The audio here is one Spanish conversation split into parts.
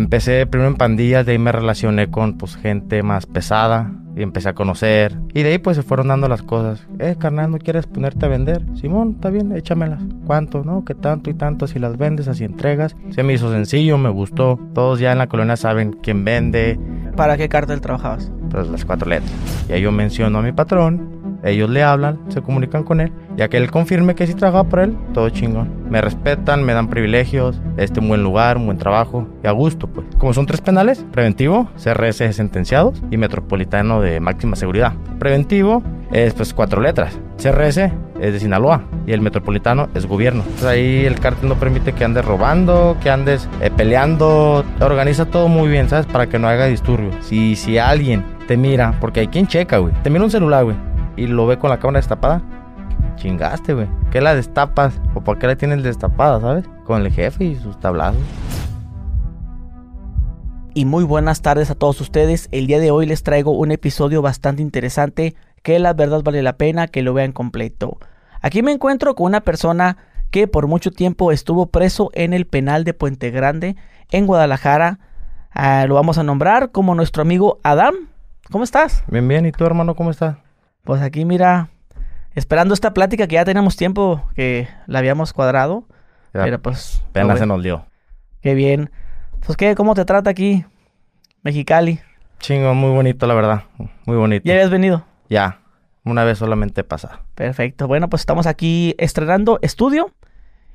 Empecé primero en pandillas, de ahí me relacioné con pues, gente más pesada y empecé a conocer. Y de ahí pues se fueron dando las cosas. Eh, carnal, ¿no quieres ponerte a vender? Simón, está bien, échamelas. ¿Cuánto, no? ¿Qué tanto y tanto? Si las vendes, así entregas. Se me hizo sencillo, me gustó. Todos ya en la colonia saben quién vende. ¿Para qué cártel trabajabas? Pues las cuatro letras. Y ahí yo menciono a mi patrón, ellos le hablan, se comunican con él. Ya que él confirme que sí trabajaba por él, todo chingón. Me respetan, me dan privilegios, este un buen lugar, un buen trabajo y a gusto, pues. Como son tres penales, preventivo, CRS sentenciados y metropolitano de máxima seguridad. Preventivo es pues cuatro letras. CRS es de Sinaloa y el metropolitano es gobierno. Entonces, ahí el cártel no permite que andes robando, que andes eh, peleando, organiza todo muy bien, ¿sabes? Para que no haga disturbios. Si, si alguien te mira, porque hay quien checa, güey, te mira un celular, güey, y lo ve con la cámara destapada, chingaste, güey. ¿Qué la destapas? ¿O por qué la tienes destapada, sabes? Con el jefe y sus tablazos. Y muy buenas tardes a todos ustedes. El día de hoy les traigo un episodio bastante interesante que la verdad vale la pena que lo vean completo. Aquí me encuentro con una persona que por mucho tiempo estuvo preso en el penal de Puente Grande en Guadalajara. Ah, lo vamos a nombrar como nuestro amigo Adam. ¿Cómo estás? Bien, bien. ¿Y tú, hermano, cómo estás? Pues aquí mira, esperando esta plática que ya teníamos tiempo que la habíamos cuadrado. Ya, pero pues. Pena no, se güey. nos dio. Qué bien. Pues qué, ¿cómo te trata aquí? Mexicali. Chingo, muy bonito, la verdad. Muy bonito. Ya habías venido. Ya, una vez solamente pasa. Perfecto. Bueno, pues estamos aquí estrenando estudio.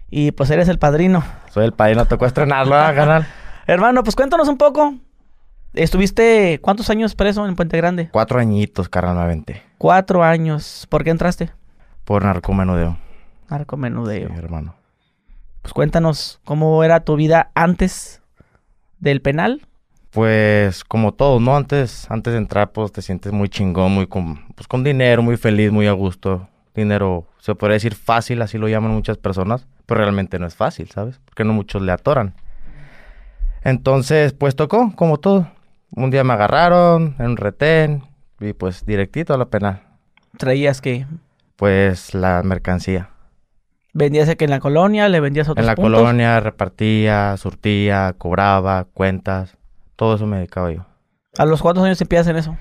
Y pues eres el padrino. Soy el padrino, tocó estrenarlo a ganar. Hermano, pues cuéntanos un poco. ¿Estuviste cuántos años preso en Puente Grande? Cuatro añitos, carnal, nuevamente. Cuatro años. ¿Por qué entraste? Por narcomenudeo. Sí, Narcomenudeo. hermano. Pues cuéntanos cómo era tu vida antes del penal. Pues como todo, ¿no? Antes, antes de entrar, pues te sientes muy chingón, muy con, pues, con dinero, muy feliz, muy a gusto. Dinero, se podría decir fácil, así lo llaman muchas personas, pero realmente no es fácil, ¿sabes? Porque no muchos le atoran. Entonces, pues tocó, como todo. Un día me agarraron en un retén y pues directito a la penal. Traías que Pues la mercancía. vendías aquí en la colonia, le vendías a otros En la puntos. colonia repartía, surtía, cobraba, cuentas, todo eso me dedicaba yo. ¿A los cuántos años empiezas en eso?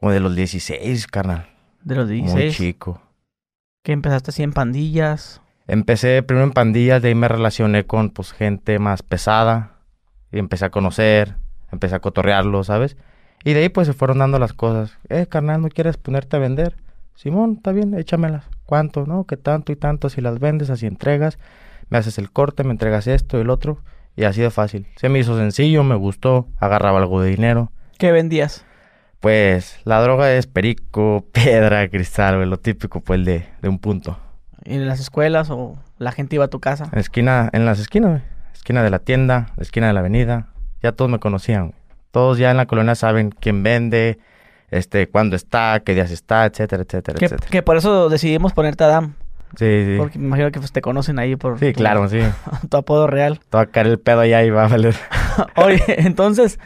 Como de los 16, carnal. De los Muy 16. chico. que empezaste así en pandillas. Empecé primero en pandillas, de ahí me relacioné con pues, gente más pesada y empecé a conocer, empecé a cotorrearlo, ¿sabes? Y de ahí pues se fueron dando las cosas. Eh, carnal, ¿no quieres ponerte a vender? Simón, está bien, échamelas. ¿Cuánto, no? ¿Qué tanto y tanto? Si las vendes, así entregas. Me haces el corte, me entregas esto y el otro. Y así de fácil. Se me hizo sencillo, me gustó, agarraba algo de dinero. ¿Qué vendías? Pues la droga es perico, piedra, cristal, güey, lo típico pues de, de un punto. ¿En las escuelas o la gente iba a tu casa? En, esquina, en las esquinas, güey. Esquina de la tienda, la esquina de la avenida. Ya todos me conocían. güey. Todos ya en la colonia saben quién vende, este, cuándo está, qué días está, etcétera, etcétera, Que, etcétera. que por eso decidimos ponerte Adam. Sí, sí. Porque me imagino que pues, te conocen ahí por Sí, tu- claro, sí. tu apodo real. Te va a caer el pedo allá y va a valer. Oye, entonces,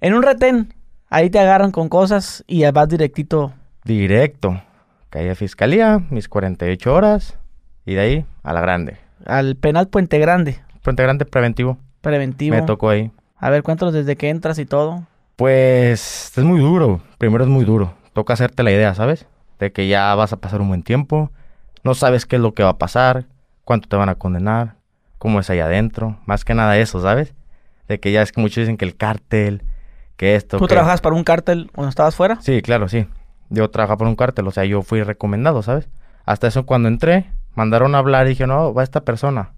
en un retén, ahí te agarran con cosas y ya vas directito. Directo. Calle a fiscalía, mis 48 horas. Y de ahí a la grande. al penal Puente Grande, Puente grande preventivo. preventivo. Me tocó ahí. A ver, cuéntanos desde que entras y todo. Pues es muy duro. Primero es muy duro. Toca hacerte la idea, ¿sabes? De que ya vas a pasar un buen tiempo. No sabes qué es lo que va a pasar, cuánto te van a condenar, cómo es allá adentro. Más que nada eso, ¿sabes? De que ya es que muchos dicen que el cártel, que esto. ¿Tú que- trabajabas para un cártel cuando estabas fuera? Sí, claro, sí. Yo trabajaba por un cártel, o sea, yo fui recomendado, ¿sabes? Hasta eso cuando entré, mandaron a hablar y dije, no, va esta persona.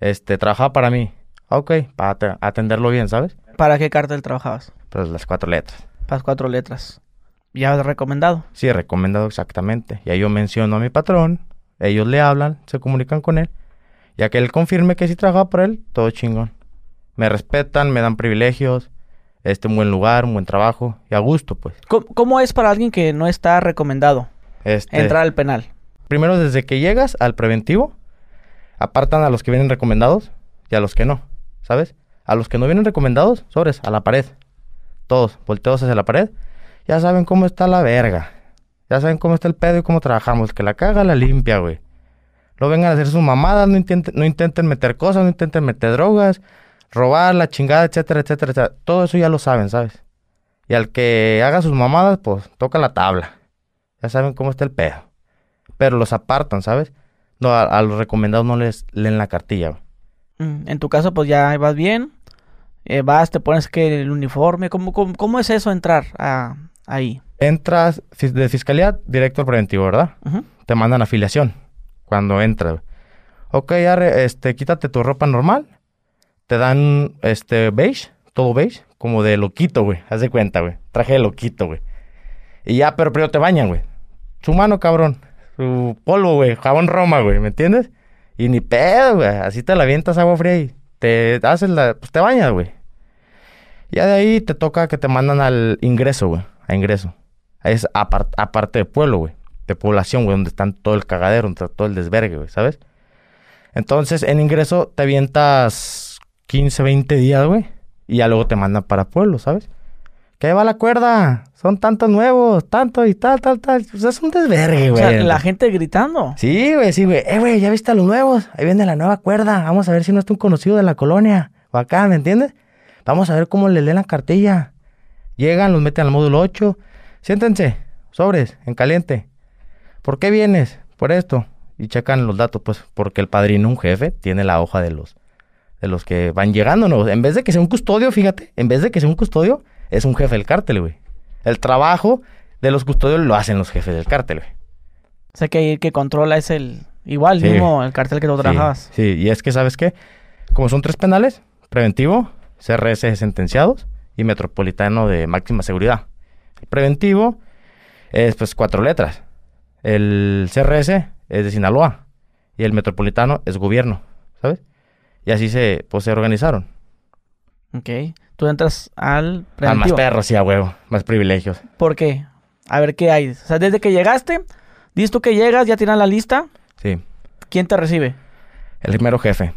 Este, trabajaba para mí. Ah, Ok, para at- atenderlo bien, ¿sabes? ¿Para qué cártel trabajabas? Pues las cuatro letras. Para las cuatro letras. Ya has recomendado. Sí, recomendado exactamente. Ya yo menciono a mi patrón, ellos le hablan, se comunican con él, ya que él confirme que sí trabajaba para él, todo chingón. Me respetan, me dan privilegios, este un buen lugar, un buen trabajo y a gusto, pues. ¿Cómo, cómo es para alguien que no está recomendado Este, entrar al penal? Primero desde que llegas al preventivo, apartan a los que vienen recomendados y a los que no, ¿sabes? A los que no vienen recomendados, sobres, a la pared. Todos, volteados hacia la pared. Ya saben cómo está la verga. Ya saben cómo está el pedo y cómo trabajamos. El que la caga, la limpia, güey. No vengan a hacer sus mamadas, no intenten, no intenten meter cosas, no intenten meter drogas. robar, la chingada, etcétera, etcétera, etcétera. Todo eso ya lo saben, ¿sabes? Y al que haga sus mamadas, pues toca la tabla. Ya saben cómo está el pedo. Pero los apartan, ¿sabes? No, a, a los recomendados no les leen la cartilla. güey. Mm, En tu caso, pues ya vas bien. eh, vas, te pones que el uniforme. ¿Cómo, cómo, cómo es eso entrar a- ahí? Entras fis- de fiscalía directo al preventivo, ¿verdad? Ujú. Te mandan afiliación cuando entras. güey. Ok, arre, este, quítate tu ropa normal. Te dan este beige, todo beige, como de loquito, güey. Haz de cuenta, güey. Traje de loquito, güey. Y ya, pero primero te bañan, güey. Su mano, cabrón. Su polvo, güey. Jabón Roma, güey. ¿Me entiendes? Y ni pedo, güey. Así te la avientas agua fría y te haces la. Pues te bañas, güey. Ya de ahí te toca que te mandan al ingreso, güey. A ingreso. Es apar- aparte de pueblo, güey. De población, güey. Donde están todo el cagadero, donde está todo el desvergue, güey. ¿Sabes? Entonces, en ingreso te avientas 15, 20 días, güey. Y ya luego te mandan para pueblo, ¿sabes? Que ahí va la cuerda. Son tantos nuevos, tanto y tal, tal, tal. O sea, es un desvergue, O güey. sea, la gente gritando. Sí, güey, sí, güey. Eh, güey, ¿ya viste a los nuevos? Ahí viene la nueva cuerda. Vamos a ver si no está un conocido de la colonia. O acá, ¿me entiendes? Vamos a ver cómo le leen la cartilla. Llegan, los meten al módulo 8. Siéntense, sobres, en caliente. ¿Por qué vienes? Por esto. Y checan los datos, pues, porque el padrino, un jefe, tiene la hoja de los, de los que van llegando. ¿no? En vez de que sea un custodio, fíjate, en vez de que sea un custodio, es un jefe del cártel, güey. El trabajo de los custodios lo hacen los jefes del cártel, güey. O sea, que el que controla es el. Igual, Sí. mismo el cartel que tú Sí, trabajabas. Sí, y es que, ¿sabes qué? Como son tres penales, preventivo, CRS de sentenciados y metropolitano de máxima seguridad. El preventivo es, pues, cuatro letras. El CRS es de Sinaloa y el metropolitano es gobierno, ¿sabes? Y así se, pues, se organizaron. Ok. Tú entras al Ah, más preventivo. perros, sí, a huevo. Más privilegios. ¿Por qué? A ver qué hay. O sea, desde que llegaste, dices tú que llegas, ya tiran la lista. Sí. ¿Quién te recibe? El mero jefe.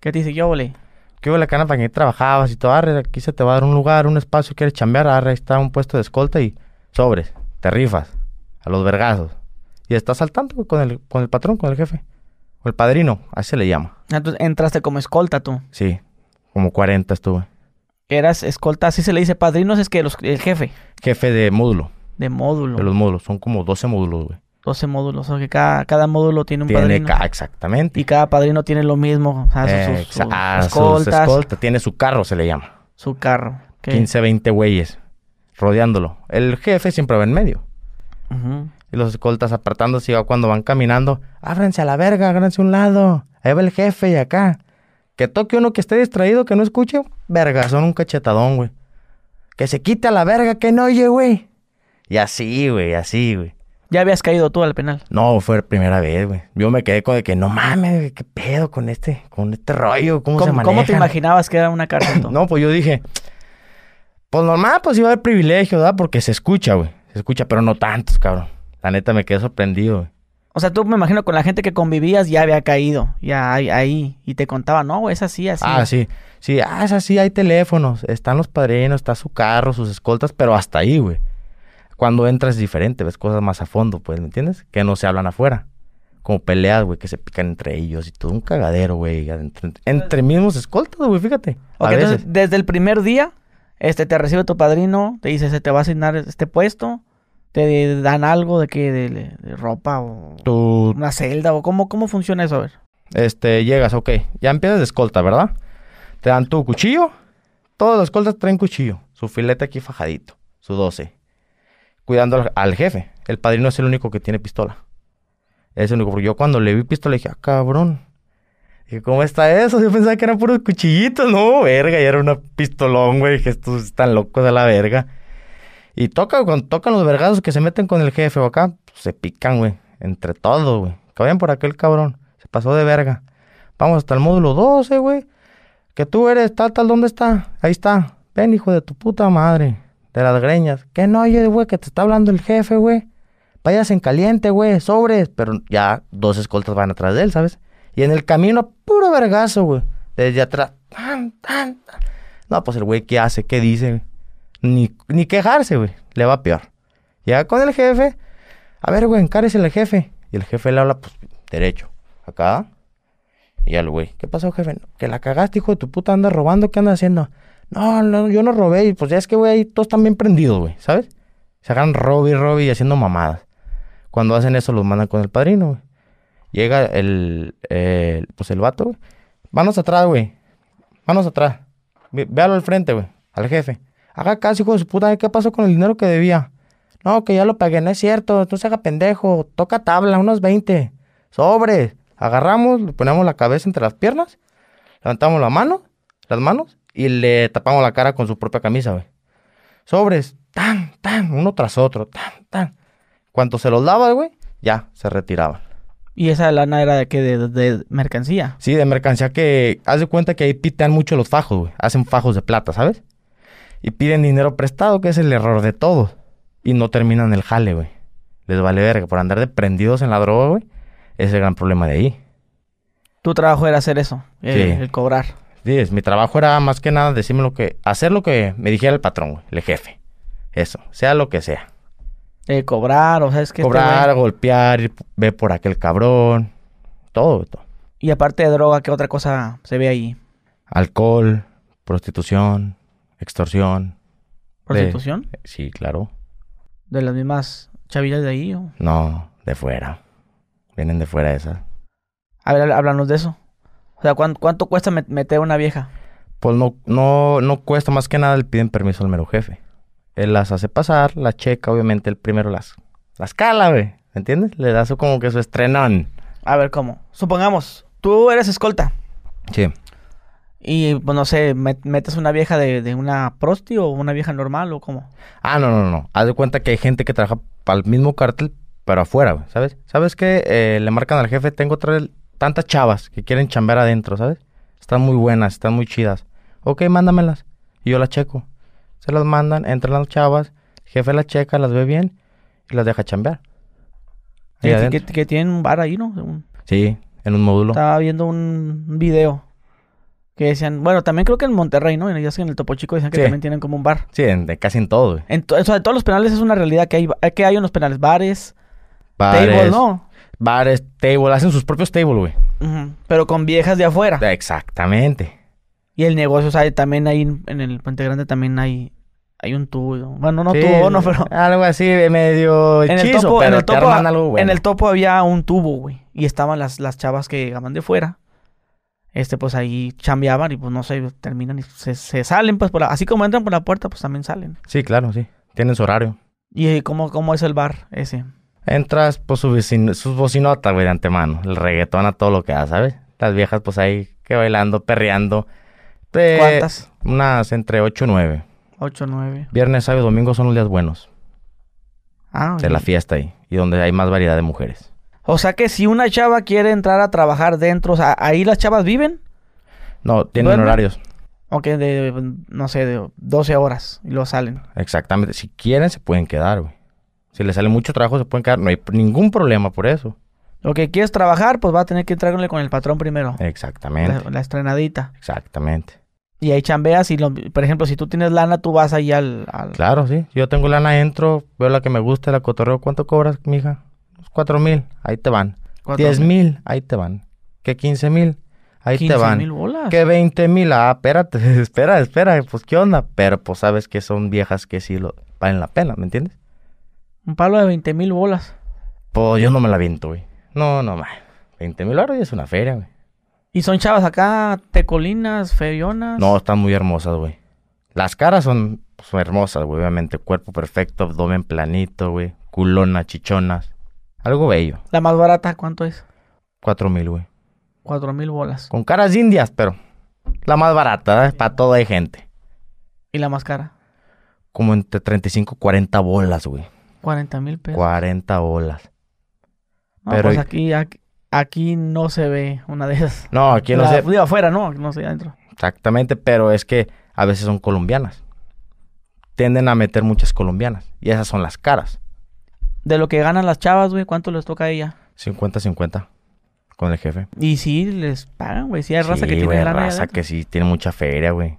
¿Qué te dice? Yo, volé. ¿Qué hubo la cana para que trabajabas y todo? Arre, aquí se te va a dar un lugar, un espacio, quieres chambear, arre, ahí está un puesto de escolta y sobres, te rifas, a los vergazos. Y estás al tanto güey, con el, con el patrón, con el jefe, o el padrino, así se le llama. Entonces entraste como escolta tú. Sí, como 40 estuve. Eras escolta, así se le dice padrinos, es que los- el jefe Jefe de módulo, de módulo. de los módulos, son como 12 módulos, güey. 12 módulos. O sea, que cada, cada módulo tiene un Tiene padrino. ca- exactamente. Y cada padrino tiene lo mismo. O sea, sus- Eh, sus- sus exa- ah, sus escoltas, escoltas, tiene su carro, se le llama. su carro. Ok. 15, 20 güeyes rodeándolo. El jefe siempre va en medio. Ujú. Y los escoltas apartándose y ya cuando van caminando, ábranse a la verga, ábranse a un lado. Ahí va el jefe y acá. Que toque uno que esté distraído, que no escuche, verga, son un cachetadón, güey. Que se quite a la verga, que no oye, güey. Y así, güey, así, güey. Ya habías caído tú al penal. No, fue la primera vez, güey. Yo me quedé con de que no mames, güey, qué pedo con este, con este rollo, cómo, se ¿Cómo, maneja. cómo te imaginabas que era una cárcel? tú? No, pues yo dije, pues normal, pues iba a haber privilegio, ¿verdad? Porque se escucha, güey. Se escucha, pero no tantos, cabrón. La neta me quedé sorprendido, güey. O sea, tú me imagino con la gente que convivías ya había caído. Ya ahí. ahí y te contaba, no, güey, es así, así. Ah, sí. Sí, ah, es así, hay teléfonos, están los padrinos, está su carro, sus escoltas, pero hasta ahí, güey. Cuando entras es diferente, ves cosas más a fondo, pues, ¿me entiendes? Que no se hablan afuera. Como peleas, güey, que se pican entre ellos y todo un cagadero, güey. Entre, entre mismos escoltas, güey, fíjate. Ok, a veces. entonces, desde el primer día, este, te recibe tu padrino, te dice, se te va a asignar este puesto, te dan algo de que, de, de ropa o Tú, una celda, o cómo, cómo funciona eso, a ver. este, llegas, ok, ya empiezas de escolta, ¿verdad? Te dan tu cuchillo. Todos los escoltas traen cuchillo. Su filete aquí fajadito, su 12. Cuidando al, al jefe. El padrino es el único que tiene pistola. Es el único. Porque yo cuando le vi pistola dije, ah, cabrón. Dije, ¿cómo está eso? Yo pensaba que eran puros cuchillitos. No, verga, ya era una pistolón, güey. Que estos están locos a la verga. Y toca, cuando tocan los vergazos que se meten con el jefe o acá, pues, se pican, güey. Entre todos, güey. Que vayan por aquel cabrón. Se pasó de verga. Vamos hasta el módulo 12, güey. Que tú eres tal, tal, ¿dónde está? Ahí está. Ven, hijo de tu puta madre. De las greñas. Que no oye, güey, que te está hablando el jefe, güey. Vayas en caliente, güey, sobres. Pero ya dos escoltas van atrás de él, ¿sabes? Y en el camino, puro vergazo, güey. Desde atrás. Tan, tan, tan. No, pues el güey, ¿qué hace? ¿Qué dice? güey? Ni, ni quejarse, güey. Le va peor. Llega con el jefe. A ver, güey, encárese al jefe. Y el jefe le habla, pues, derecho. Acá. Y al güey, ¿qué pasó, jefe? Que la cagaste, hijo de tu puta, andas robando, ¿qué andas haciendo? No, no, yo no robé. Y pues ya es que, güey, ahí todos están bien prendidos, güey, ¿sabes? Se agarran robo y robo y haciendo mamadas. Cuando hacen eso, los mandan con el padrino, güey. Llega el, eh, pues el vato, güey. Manos atrás, güey. Manos atrás. Ve- Véalo al frente, güey. Al jefe. Haga caso, hijo de su puta. ¿Qué pasó con el dinero que debía? No, que ya lo pagué. No es cierto. No se haga pendejo. Toca tabla, unos 20. Sobres. Agarramos, le ponemos la cabeza entre las piernas. Levantamos la mano, las manos. Y le tapamos la cara con su propia camisa, güey. Sobres. Tan, tan. Uno tras otro. Tan, tan. Cuando se los daba, güey, ya se retiraban. ¿Y esa lana era de qué? De, de mercancía. Sí, de mercancía que haz de cuenta que ahí pitean mucho los fajos, güey. Hacen fajos de plata, ¿sabes? Y piden dinero prestado, que es el error de todos. Y no terminan el jale, güey. Les vale verga. Por andar de prendidos en la droga, güey. Es el gran problema de ahí. Tu trabajo era hacer eso, el, Sí. el cobrar. Sí, es- mi trabajo era más que nada decirme lo que... Hacer lo que me dijera el patrón, güey. El jefe. Eso. Sea lo que sea. Eh, cobrar, o sea, es que... este Cobrar, güey- golpear, ir p- ve por aquel cabrón. Todo, güey, todo. y aparte de droga, ¿qué otra cosa se ve ahí? Alcohol, prostitución, extorsión. ¿Prostitución? Sí, claro. ¿De las mismas chavillas de ahí? o? No, de fuera. Vienen de fuera esas. A ver, háblanos de eso. O sea, ¿cuán- ¿cuánto cuesta met- meter a una vieja? Pues no, no, no cuesta más que nada, le piden permiso al mero jefe. Él las hace pasar, las checa, obviamente, el primero las, las cala, güey. ¿Me entiendes? Le da su como que su estrenón. A ver, ¿cómo? Supongamos, tú eres escolta Sí. y, pues, no sé, met- metes una vieja de, de una prosti o una vieja normal o cómo. Ah, no, no, no. Haz de cuenta que hay gente que trabaja para el mismo cártel, pero afuera, güey, ¿sabes? ¿Sabes qué? Eh, le marcan al jefe, tengo tres, tantas chavas que quieren chambear adentro, ¿sabes? Están muy buenas, están muy chidas. Ok, mándamelas. Y yo las checo. Se las mandan, entran las chavas, el jefe las checa, las ve bien y las deja chambear. Ahí Eh, Que, adentro. que- que tienen un bar ahí, ¿no? Un- Sí, en un módulo. Estaba viendo un un video que decían, bueno, también creo que en Monterrey, ¿no? En- Ya sé que en el Topo Chico decían que Sí. también tienen como un bar. Sí, en- de- casi en todo, güey. En to- o sea, en todos los penales es una realidad que hay, ba- que hay en los penales bares, table, Bares, ¿no? bares, table, hacen sus propios table, güey. Ujú, Pero con viejas de afuera. Exactamente. Y el negocio, o sea, también hay en en el Puente Grande también hay, hay un tubo. Bueno, no Sí, tubo, no, pero Algo así de medio en el, hechizo, topo, en, pero el te topo, arman algo bueno. en el topo había un tubo, güey. Y estaban las, las chavas que llegaban de fuera. Este, pues ahí chambeaban y pues no sé, terminan y se, se salen, pues por la- así como entran por la puerta, pues también salen. Sí, claro, sí. Tienen su horario. ¿Y eh, cómo, cómo es el bar ese? Entras por su vecino- sus bocinotas, güey, de antemano. El reggaetón a todo lo que da, ¿sabes? Las viejas, pues ahí, que bailando, perreando. Te- ¿Cuántas? Unas entre 8 y 9. Ocho, nueve. Viernes, sábado y domingo son los días buenos Ah, de la oye. fiesta ahí. Y donde hay más variedad de mujeres. O sea que si una chava quiere entrar a trabajar dentro, o sea, ahí las chavas viven, No, tienen ¿Duermen? horarios. o que de, no sé, de 12 horas y luego salen. Exactamente. Si quieren, se pueden quedar, güey. Si les sale mucho trabajo, se pueden quedar. No hay p- ningún problema por eso. Lo que quieres trabajar, pues va a tener que entrarle con el patrón primero. Exactamente. La, la estrenadita. Exactamente. Y ahí chambeas y, lo- por ejemplo, si tú tienes lana, tú vas ahí al... al- Claro, sí. Si Yo tengo lana, entro, veo la que me gusta, la cotorreo. ¿Cuánto cobras, mija? Cuatro mil. Ahí te van. cuatro Diez mil, ahí te van. Que quince mil, ahí te 15 van. mil bolas. Que veinte mil, ah, espérate, espera, espera, pues qué onda. Pero pues sabes que son viejas que sí lo valen la pena, ¿me entiendes? Un palo de 20 mil bolas. Pues yo no me la viento, güey. No, no, más. Veinte mil ahora es una feria, güey. Y son chavas acá, tecolinas, feyonas. No, están muy hermosas, güey. Las caras son, son hermosas, güey, obviamente. Cuerpo perfecto, abdomen planito, güey. Culona, chichonas. Algo bello. La más barata, ¿cuánto es? Cuatro mil, güey. Cuatro mil bolas. Con caras de indias, pero la más barata, ¿eh? Para todo hay gente. Y la más cara, como entre 35 y 40 bolas, güey. 40 mil pesos. 40 bolas. No, pero- pues aquí, aquí, aquí no se ve una de esas. No, aquí no La- sé Digo, afuera, no, no sé, adentro. exactamente, pero es que a veces son colombianas. Tienden a meter muchas colombianas. Y esas son las caras. De lo que ganan las chavas, güey, ¿cuánto les toca a ella? 50-50 con el jefe. Y sí, les pagan, güey. Sí, hay raza sí, que tiene güey, lana. ahí raza adentro. que sí tiene mucha feria, güey.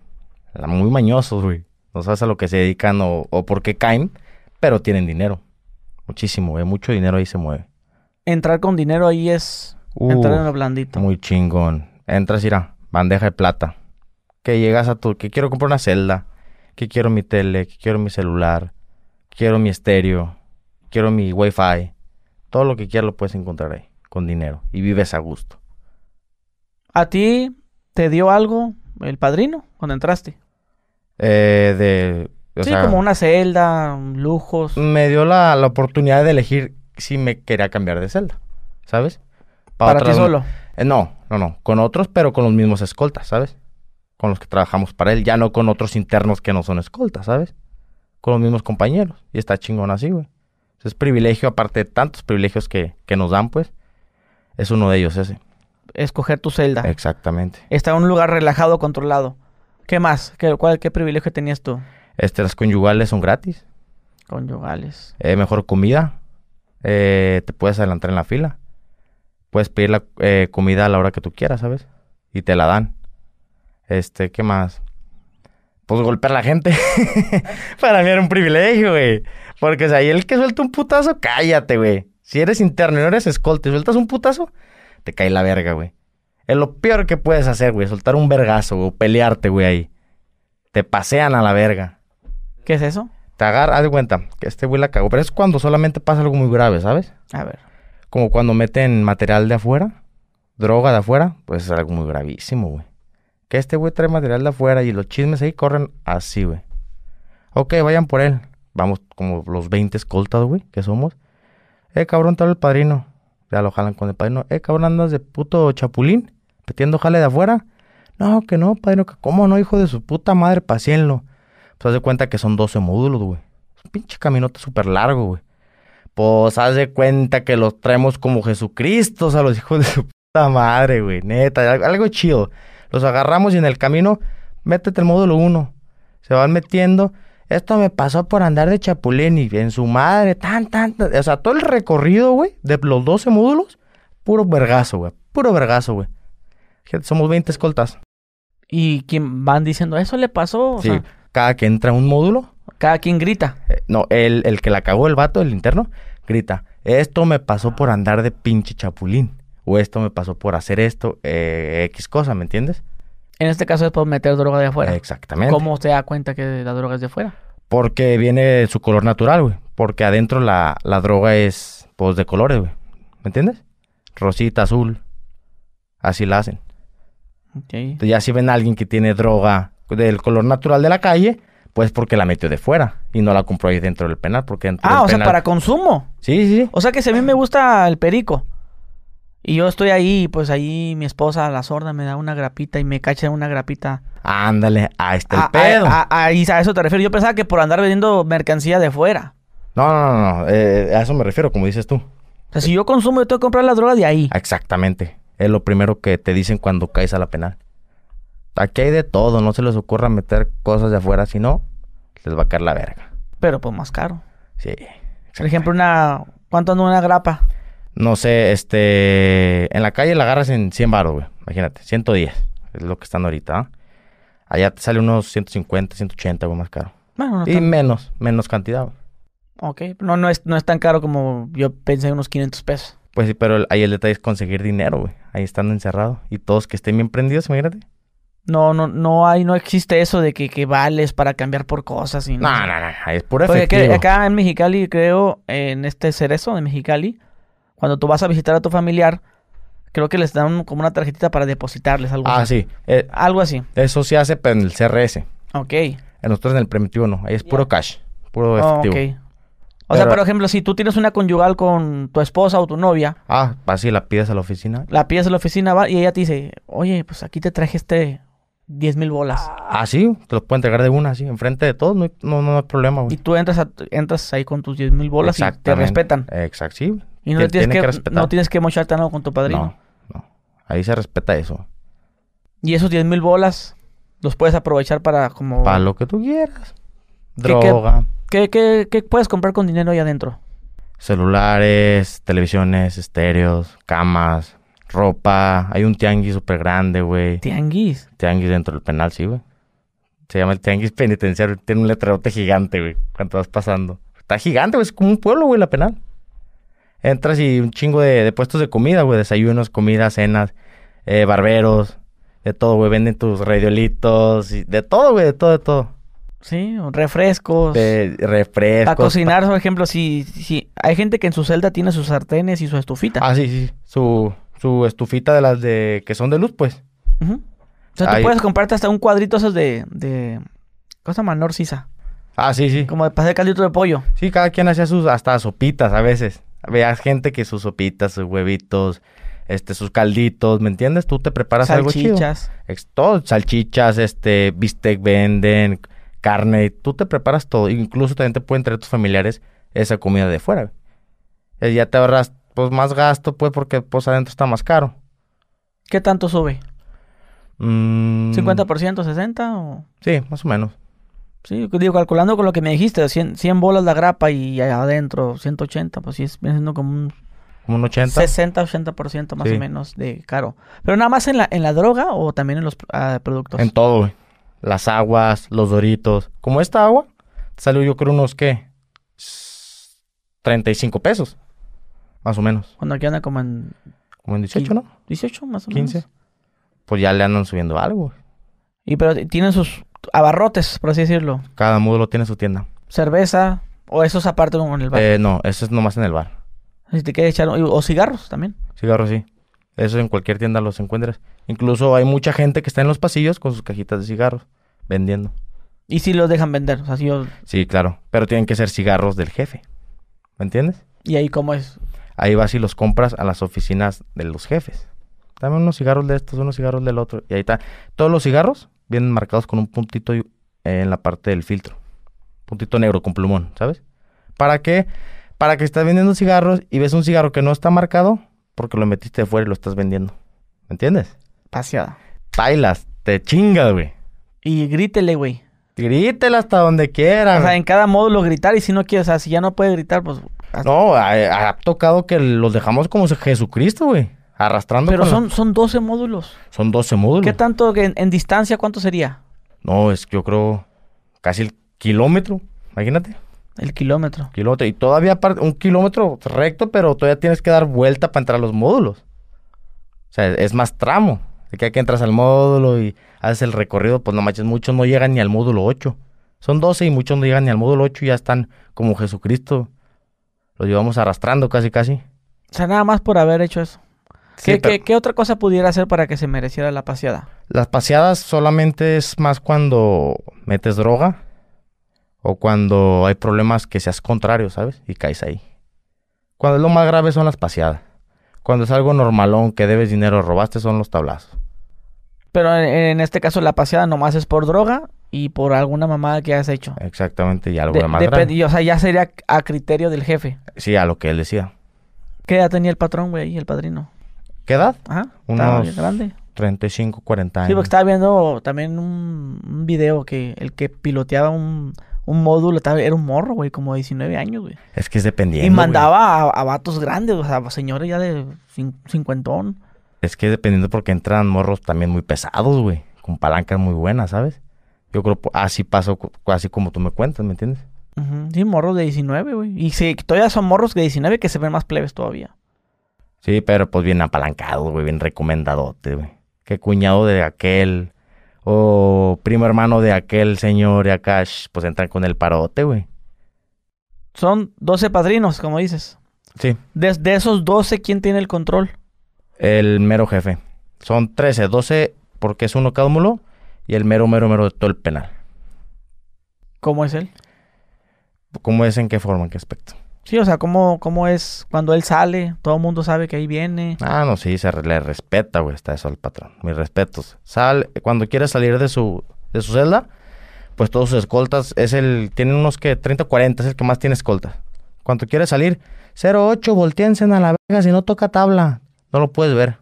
La- Muy mañosos, güey. No sabes a lo que se dedican o, o por qué caen, pero tienen dinero. Muchísimo, güey. Mucho dinero ahí se mueve. Entrar con dinero ahí es Uh, entrar en lo blandito. Muy chingón. Entras, irá, bandeja de plata. Que llegas a tu, que quiero comprar una celda, que quiero mi tele, que quiero mi celular, que quiero mi estéreo, quiero mi wifi. Todo lo que quieras lo puedes encontrar ahí, con dinero. Y vives a gusto. ¿A ti te dio algo el padrino cuando entraste? Eh, de... o sí, sea, como una celda, lujos. me dio la, la oportunidad de elegir si me quería cambiar de celda, ¿sabes? Pa para ti otras- solo. Eh, no, no, no. Con otros, pero con los mismos escoltas, ¿sabes? Con los que trabajamos para él, ya no con otros internos que no son escoltas, ¿sabes? Con los mismos compañeros. Y está chingón así, güey. Es privilegio, aparte de tantos privilegios que, que nos dan, pues. Es uno de ellos ese. Escoger tu celda. Exactamente. Estar en un lugar relajado, controlado. ¿Qué más? ¿Qué, cuál, qué privilegio tenías tú? Este, las conyugales son gratis. Conyugales. eh, mejor comida, eh, te puedes adelantar en la fila. Puedes pedir la eh, comida a la hora que tú quieras, ¿sabes? Y te la dan. Este, ¿qué más? Pues golpear a la gente. Para mí era un privilegio, güey. Porque, o sea, y el que suelta un putazo, cállate, güey. Si eres interno y no eres escolta y sueltas un putazo, te cae la verga, güey. Es lo peor que puedes hacer, güey. Soltar un vergazo, güey. O pelearte, güey, ahí. Te pasean a la verga ¿Qué es eso? te agarra, haz de cuenta, que este güey la cagó. Pero es cuando solamente pasa algo muy grave, ¿sabes? A ver. Como cuando meten material de afuera, droga de afuera, pues es algo muy gravísimo, güey. Que este güey trae material de afuera y los chismes ahí corren así, güey. Ok, vayan por él. Vamos como los 20 escoltas, güey, que somos. Eh, cabrón, te habla el padrino. Ya lo jalan con el padrino. Eh, cabrón, andas de puto chapulín, metiendo jale de afuera. No, que no, padrino, que cómo no, hijo de su puta madre, pacienlo. Pues haz de cuenta que son 12 módulos, güey. Es un pinche caminote súper largo, güey. Pues haz de cuenta que los traemos como Jesucristos a los hijos de su puta madre, güey. Neta, al- algo chido. Los agarramos y en el camino, métete el módulo 1. Se van metiendo. Esto me pasó por andar de chapulín y en su madre, tan, tan, tan. O sea, todo el recorrido, güey, de los 12 módulos, puro vergazo, güey. Puro vergazo, güey. Gente, Somos 20 escoltas. ¿Y quién van diciendo eso le pasó? O sí. sea, Cada que entra un módulo, cada quien grita. eh, No, el, el que la cagó, el vato, el interno, grita, esto me pasó por andar de pinche chapulín. O esto me pasó por hacer esto, eh, X cosa, ¿me entiendes? En este caso es por meter droga de afuera. Exactamente. ¿Cómo se da cuenta que la droga es de afuera? Porque viene su color natural, güey. Porque adentro la, la droga es, pues, de colores, güey. ¿Me entiendes? Rosita, azul. Así la hacen. Ok. Entonces, ya si ven a alguien que tiene droga del color natural de la calle, pues porque la metió de fuera y no la compró ahí dentro del penal. Porque dentro Ah, del o sea, penal- para consumo. Sí, sí, sí. O sea que si a mí me gusta el perico y yo estoy ahí, pues ahí mi esposa, la sorda, me da una grapita y me cacha una grapita. Ándale, ahí está el Ah, ah, pedo. ah, ah, y a eso te refiero. Yo pensaba que por andar vendiendo mercancía de fuera. No, no, no, no, eh, a eso me refiero, como dices tú. O sea, si yo consumo, yo tengo que comprar la droga de ahí. Exactamente. Es lo primero que te dicen cuando caes a la penal. Aquí hay de todo, no se les ocurra meter cosas de afuera, si no, les va a caer la verga. Pero pues más caro. Sí. Por ejemplo, una... ¿Cuánto anda una grapa? No sé, este. En la calle la agarras en 100 baros, güey. Imagínate, 110 es lo que están ahorita. ¿ah? Allá te sale unos 150, 180, güey, más caro. Bueno, no, y tan- menos, menos cantidad, güey. ok. no, no, es, no es tan caro como yo pensé, unos 500 pesos. Pues sí, pero el- ahí el detalle es conseguir dinero, güey. Ahí estando encerrado. Y todos que estén bien prendidos, imagínate. No, no, no hay, no existe eso de que, que vales para cambiar por cosas y No, no, no, no, es puro Porque que- efectivo. acá en Mexicali, creo, en este cerezo de Mexicali, cuando tú vas a visitar a tu familiar, creo que les dan como una tarjetita para depositarles algo Ah, así. sí. eh, Algo así. eso se hace, pero en el CRS. Ok. En Nosotros en el primitivo no. Ahí es puro cash, puro Oh, efectivo. ok. O sea, Pero- por ejemplo, si tú tienes una conyugal con tu esposa o tu novia, Ah, vas y la pides a la oficina. la pides a la oficina va, y ella te dice, oye, pues aquí te traje este 10 mil bolas. Ah, sí, te los pueden entregar de una, sí, enfrente de todos, no hay, no, no hay problema, Y güey. tú entras, a- entras ahí con tus 10 mil bolas y te Exactamente. respetan. Exacto, sí. Y no, Te le tienes tienen que, que respetar. no tienes que mocharte nada con tu padrino. No, no. Ahí se respeta eso. Y esos 10 mil bolas los puedes aprovechar para como... Para lo que tú quieras. ¿Qué- qué- Droga, ¿Qué, qué, qué puedes comprar con dinero ahí adentro? celulares, televisiones, estéreos, camas, ropa. Hay un tianguis súper grande, güey. Tianguis. Tianguis dentro del penal, sí, güey. Se llama el Tianguis Penitenciario. Tiene un letrerote gigante, güey. Cuando vas pasando. Está gigante, güey. Es como un pueblo, güey, la penal. Entras y un chingo de, de puestos de comida, güey. Desayunos, comidas, cenas. eh, barberos, de todo, güey. Venden tus radiolitos, y de todo, güey, de todo, de todo. Sí, refrescos. De refrescos. Para pa- cocinar, por ejemplo, si, si hay gente que en su celda tiene sus sartenes y su estufita. Ah, sí, sí. Su, su estufita de las de que son de luz, pues. Ujú. O sea, tú Ahí. puedes comprarte hasta un cuadrito esos de, de cosa menor sisa, Ah, sí, sí. como de pasar caldito de pollo. Sí, cada quien hacía sus hasta sopitas a veces. Veas gente que sus sopitas, sus huevitos, este, sus calditos, ¿me entiendes? Tú te preparas algo chido. salchichas. Ex- Todo, salchichas, este, bistec venden, carne, tú te preparas todo. Incluso también te pueden traer tus familiares esa comida de fuera. güey. Eh, ya te ahorras pues más gasto, pues, porque pues adentro está más caro. ¿Qué tanto sube? Mm, ¿50%, 60%? O... Sí, más o menos. Sí, digo, calculando con lo que me dijiste, 100, 100 bolas la grapa y adentro 180, pues sí, es viene siendo como un Como un 80. 60, 80% más Sí. o menos de caro. Pero nada más en la, en la droga o también en los ah, productos. En todo, güey. Las aguas, los doritos. Como esta agua, salió yo creo unos, ¿qué? S- 35 pesos. Más o menos. Cuando aquí anda como en Como en 18, ¿no? 18 más o 15. menos. Pues ya le andan subiendo algo. güey. Y pero tienen sus abarrotes, por así decirlo. Cada módulo tiene su tienda. Cerveza o esos aparte como en el bar. Eh, no, eso es nomás en el bar. Si te quieres echar, o o cigarros también. Cigarros sí. Eso en cualquier tienda los encuentras. Incluso hay mucha gente que está en los pasillos con sus cajitas de cigarros vendiendo. Y si los dejan vender, o sea, si yo- Sí, claro. Pero tienen que ser cigarros del jefe. ¿Me entiendes? y ahí cómo es. Ahí vas y los compras a las oficinas de los jefes. Dame unos cigarros de estos, unos cigarros del otro. Y ahí está. Todos los cigarros vienen marcados con un puntito y- eh, en la parte del filtro. Puntito negro con plumón, ¿sabes? ¿Para qué? Para que estás vendiendo cigarros y ves un cigarro que no está marcado porque lo metiste de fuera y lo estás vendiendo. ¿Me entiendes? Paseada. Bailas, te chingas, güey. Y grítele, güey. Grítela hasta donde quiera. O sea, güey. en cada módulo gritar y si no quieres, o sea, si ya no puedes gritar, pues... haz- No, ha, ha tocado que los dejamos como Jesucristo, güey. Arrastrando. Pero con- son, son 12 módulos. son 12 módulos. ¿Qué tanto que en, en distancia cuánto sería? No, es que yo creo casi el kilómetro. Imagínate, El kilómetro. kilómetro. Y todavía aparte, un kilómetro recto, pero todavía tienes que dar vuelta para entrar a los módulos. O sea, es más tramo. De que aquí entras al módulo y haces el recorrido, pues no manches, muchos no llegan ni al módulo 8. Son 12 y muchos no llegan ni al módulo 8 y ya están como Jesucristo. Los llevamos arrastrando casi, casi. O sea, nada más por haber hecho eso. Sí, ¿Qué, pero- qué- qué otra cosa pudiera hacer para que se mereciera la paseada? Las paseadas solamente es más cuando metes droga o cuando hay problemas que seas contrario, ¿sabes? Y caes ahí. Cuando es lo más grave son las paseadas. Cuando es algo normalón que debes dinero, robaste, son los tablazos. Pero en, en este caso la paseada nomás es por droga y por alguna mamada que has hecho. Exactamente, y algo De- más depende- grave. y, o sea, ya sería a criterio del jefe. Sí, a lo que él decía. ¿Qué edad tenía el patrón, güey, ahí, el padrino? ¿Qué edad? Ajá, estaba Unos bien grande. 35, 40 años. Sí, porque estaba viendo también un, un video que el que piloteaba un, un módulo estaba- era un morro, güey, como 19 años, güey. Es que es dependiendo. Y güey. mandaba a, a vatos grandes, o sea, señores ya de cin- cincuentón. Es que dependiendo porque entran morros también muy pesados, güey. Con palancas muy buenas, ¿sabes? Yo creo, po- así pasó, co- así como tú me cuentas, ¿me entiendes? Ujú, Sí, morros de 19, güey. Y sí, todavía son morros de 19 que se ven más plebes todavía. Sí, pero pues bien apalancado, güey, bien recomendadote, güey. Que cuñado de aquel o primo hermano de aquel señor y acá, sh, pues entran con el parote, güey. Son 12 padrinos, como dices. Sí. De, de esos 12, ¿quién tiene el control? El mero jefe. Son 13, 12 porque es uno cada módulo y el mero, mero, mero de todo el penal. ¿Cómo es él? ¿Cómo es? ¿En qué forma? ¿En qué aspecto? Sí, o sea, ¿cómo, cómo es cuando él sale? Todo el mundo sabe que ahí viene. Ah, no, sí, se re- le respeta, güey, está eso al patrón. Mis respetos. Sal, cuando quiere salir de su, de su celda, pues todos sus escoltas, es el, tienen unos que 30 o 40, es el que más tiene escoltas. Cuando quiere salir, 08, volteense a la verga, si no toca tabla. No lo puedes ver.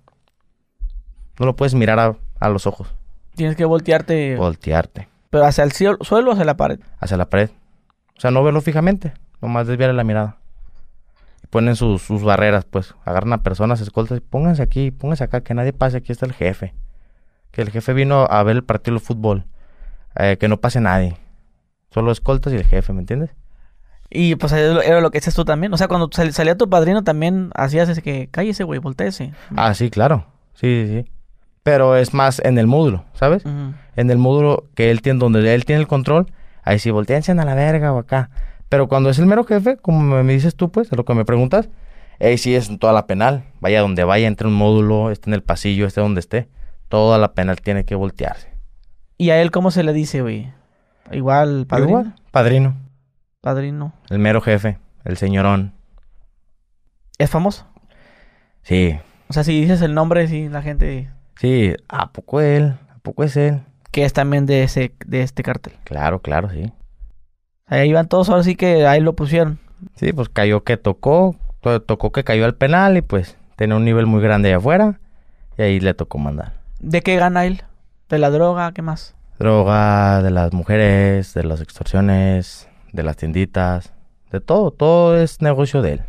No lo puedes mirar a, a los ojos. Tienes que voltearte, Voltearte pero hacia el cielo- suelo o hacia la pared. hacia la pared. O sea, no verlo fijamente, nomás desviar la mirada. Ponen sus, sus barreras, pues. Agarran a personas, escoltas, pónganse aquí, pónganse acá, que nadie pase, aquí está el jefe. Que el jefe vino a ver el partido de fútbol. eh, que no pase nadie. Solo escoltas y el jefe, ¿me entiendes? Y pues era lo- era lo que haces tú también. O sea, cuando sal- salía tu padrino también hacías ese que cállese, güey, volteese. Ah, sí, claro. Sí, sí, sí. pero es más en el módulo, ¿sabes? Ujú. En el módulo que él tiene, donde él tiene el control, ahí sí volteense a la verga o acá. Pero cuando es el mero jefe, como me, me dices tú, pues, a lo que me preguntas, ahí sí es toda la penal. Vaya donde vaya, entre un módulo, esté en el pasillo, esté donde esté. Toda la penal tiene que voltearse. ¿Y a él cómo se le dice, güey? Igual, padrino. Igual, padrino. Padrino. El mero jefe, el señorón. ¿Es famoso? Sí, O sea, si dices el nombre, sí, la gente... sí. ¿A poco él? ¿A poco es él? Que es también de, ese, de este cartel. Claro, claro, sí. Ahí van todos, ahora sí que ahí lo pusieron. Sí, pues cayó que tocó, to- tocó que cayó al penal y pues tenía un nivel muy grande allá afuera y ahí le tocó mandar. ¿De qué gana él? ¿De la droga? ¿Qué más? Droga, de las mujeres, de las extorsiones, de las tienditas, de todo, todo es negocio de él.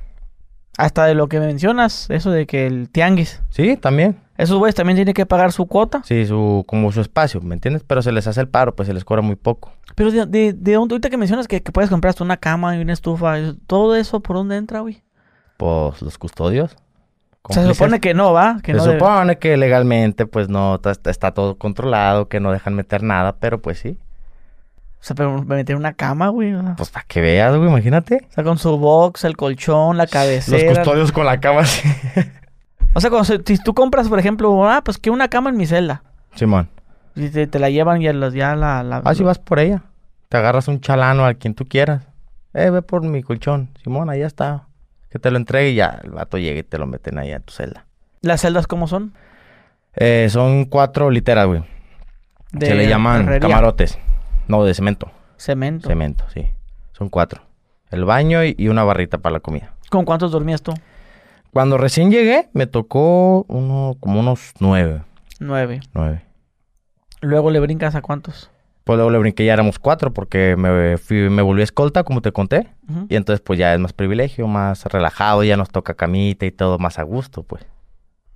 Hasta de lo que mencionas, eso de que el tianguis. Sí, también. Esos güeyes también tienen que pagar su cuota. Sí, su, como su espacio, ¿me entiendes? Pero se les hace el paro, pues se les cobra muy poco. Pero de, de, de dónde, ahorita que mencionas que, que puedes comprar hasta una cama y una estufa, y todo eso, ¿por dónde entra, güey? Pues los custodios. Se supone que no, ¿va? Que se no debe. supone que legalmente, pues no, está, está todo controlado, que no dejan meter nada, pero pues sí. O sea, pero me metieron una cama, güey. o sea. Pues para que veas, güey, imagínate. O sea, con su box, el colchón, la cabecera. Los custodios con la cama así. O sea, cuando se- si tú compras, por ejemplo, ah, pues que una cama en mi celda. Simón. Y te, te la llevan y a los- ya la... la- Ah, si vas por ella. Te agarras un chalano a quien tú quieras. Eh, ve por mi colchón. Simón, allá está. Que te lo entregue y ya el vato llega y te lo meten allá en tu celda. ¿Las celdas cómo son? Eh, son cuatro literas, güey. Se le llaman herrería. camarotes. No, de cemento. Cemento. Cemento, sí. Son cuatro. El baño y, y una barrita para la comida. ¿Con cuántos dormías tú? Cuando recién llegué, me tocó uno, como unos nueve. Nueve. Nueve. Luego le brincas a cuántos. Pues luego le brinqué, ya éramos cuatro, porque me, fui, me volví escolta, como te conté. Ujú. Y entonces, pues ya es más privilegio, más relajado, ya nos toca camita y todo más a gusto, pues.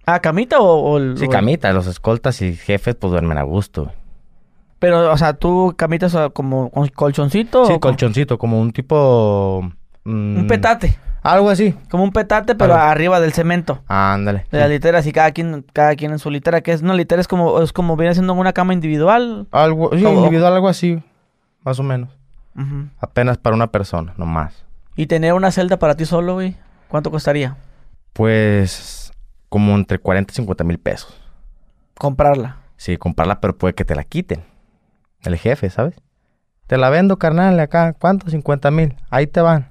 ¿Ah, camita o...? o el- Sí, o- camita, los escoltas y jefes, pues duermen a gusto. güey. Pero, o sea, ¿tú camitas ah, como con colchoncito? Sí, o con- colchoncito, como un tipo. mm, Oh, Un petate. Algo así. Como un petate, pero Ajá. arriba del cemento. Ándale. De las sí. literas y cada quien, cada quien en su litera. Que es una litera, es como, es como viene siendo una cama individual. Algo, sí, Como- individual, algo así, más o menos. Ujú. Apenas para una persona, nomás. Y tener una celda para ti solo, güey, ¿cuánto costaría? Pues, como entre 40 y 50 mil pesos. Comprarla. Sí, comprarla, pero puede que te la quiten. El jefe, ¿sabes? Te la vendo, carnal, acá. ¿Cuánto? 50 mil. Ahí te van.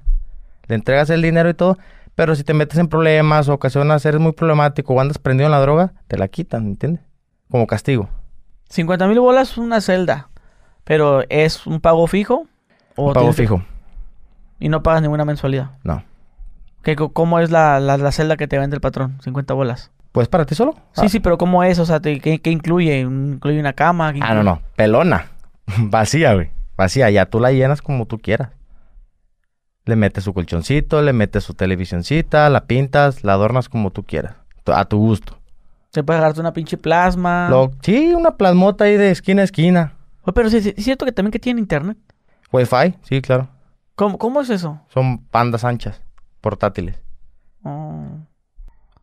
Le entregas el dinero y todo. Pero si te metes en problemas o ocasionas, eres muy problemático o andas prendido en la droga, te la quitan, ¿entiendes? Como castigo. 50 mil bolas, una celda. Pero es un pago fijo. ¿O Un pago tienes que- fijo. Y no pagas ninguna mensualidad. No. ¿Qué, co- ¿Cómo es la, la, la celda que te vende el patrón? 50 bolas. Pues para ti solo. Sí, sí, pero ¿cómo es? O sea, te- ¿qué, qué incluye? ¿Incluye una cama? ¿Qué Ah, no, incluye? no. Pelona. Vacía, güey. Vacía. Ya tú la llenas como tú quieras. Le metes su colchoncito, le metes su televisioncita, la pintas, la adornas como tú quieras. A tu gusto. Te puedes agarrarte una pinche plasma. Lo- sí, una plasmota ahí de esquina a esquina. Oye, pero sí, sí, es cierto que también que tiene internet. Wi-Fi, sí, claro. ¿Cómo, cómo es eso? Son bandas anchas, portátiles. Oh.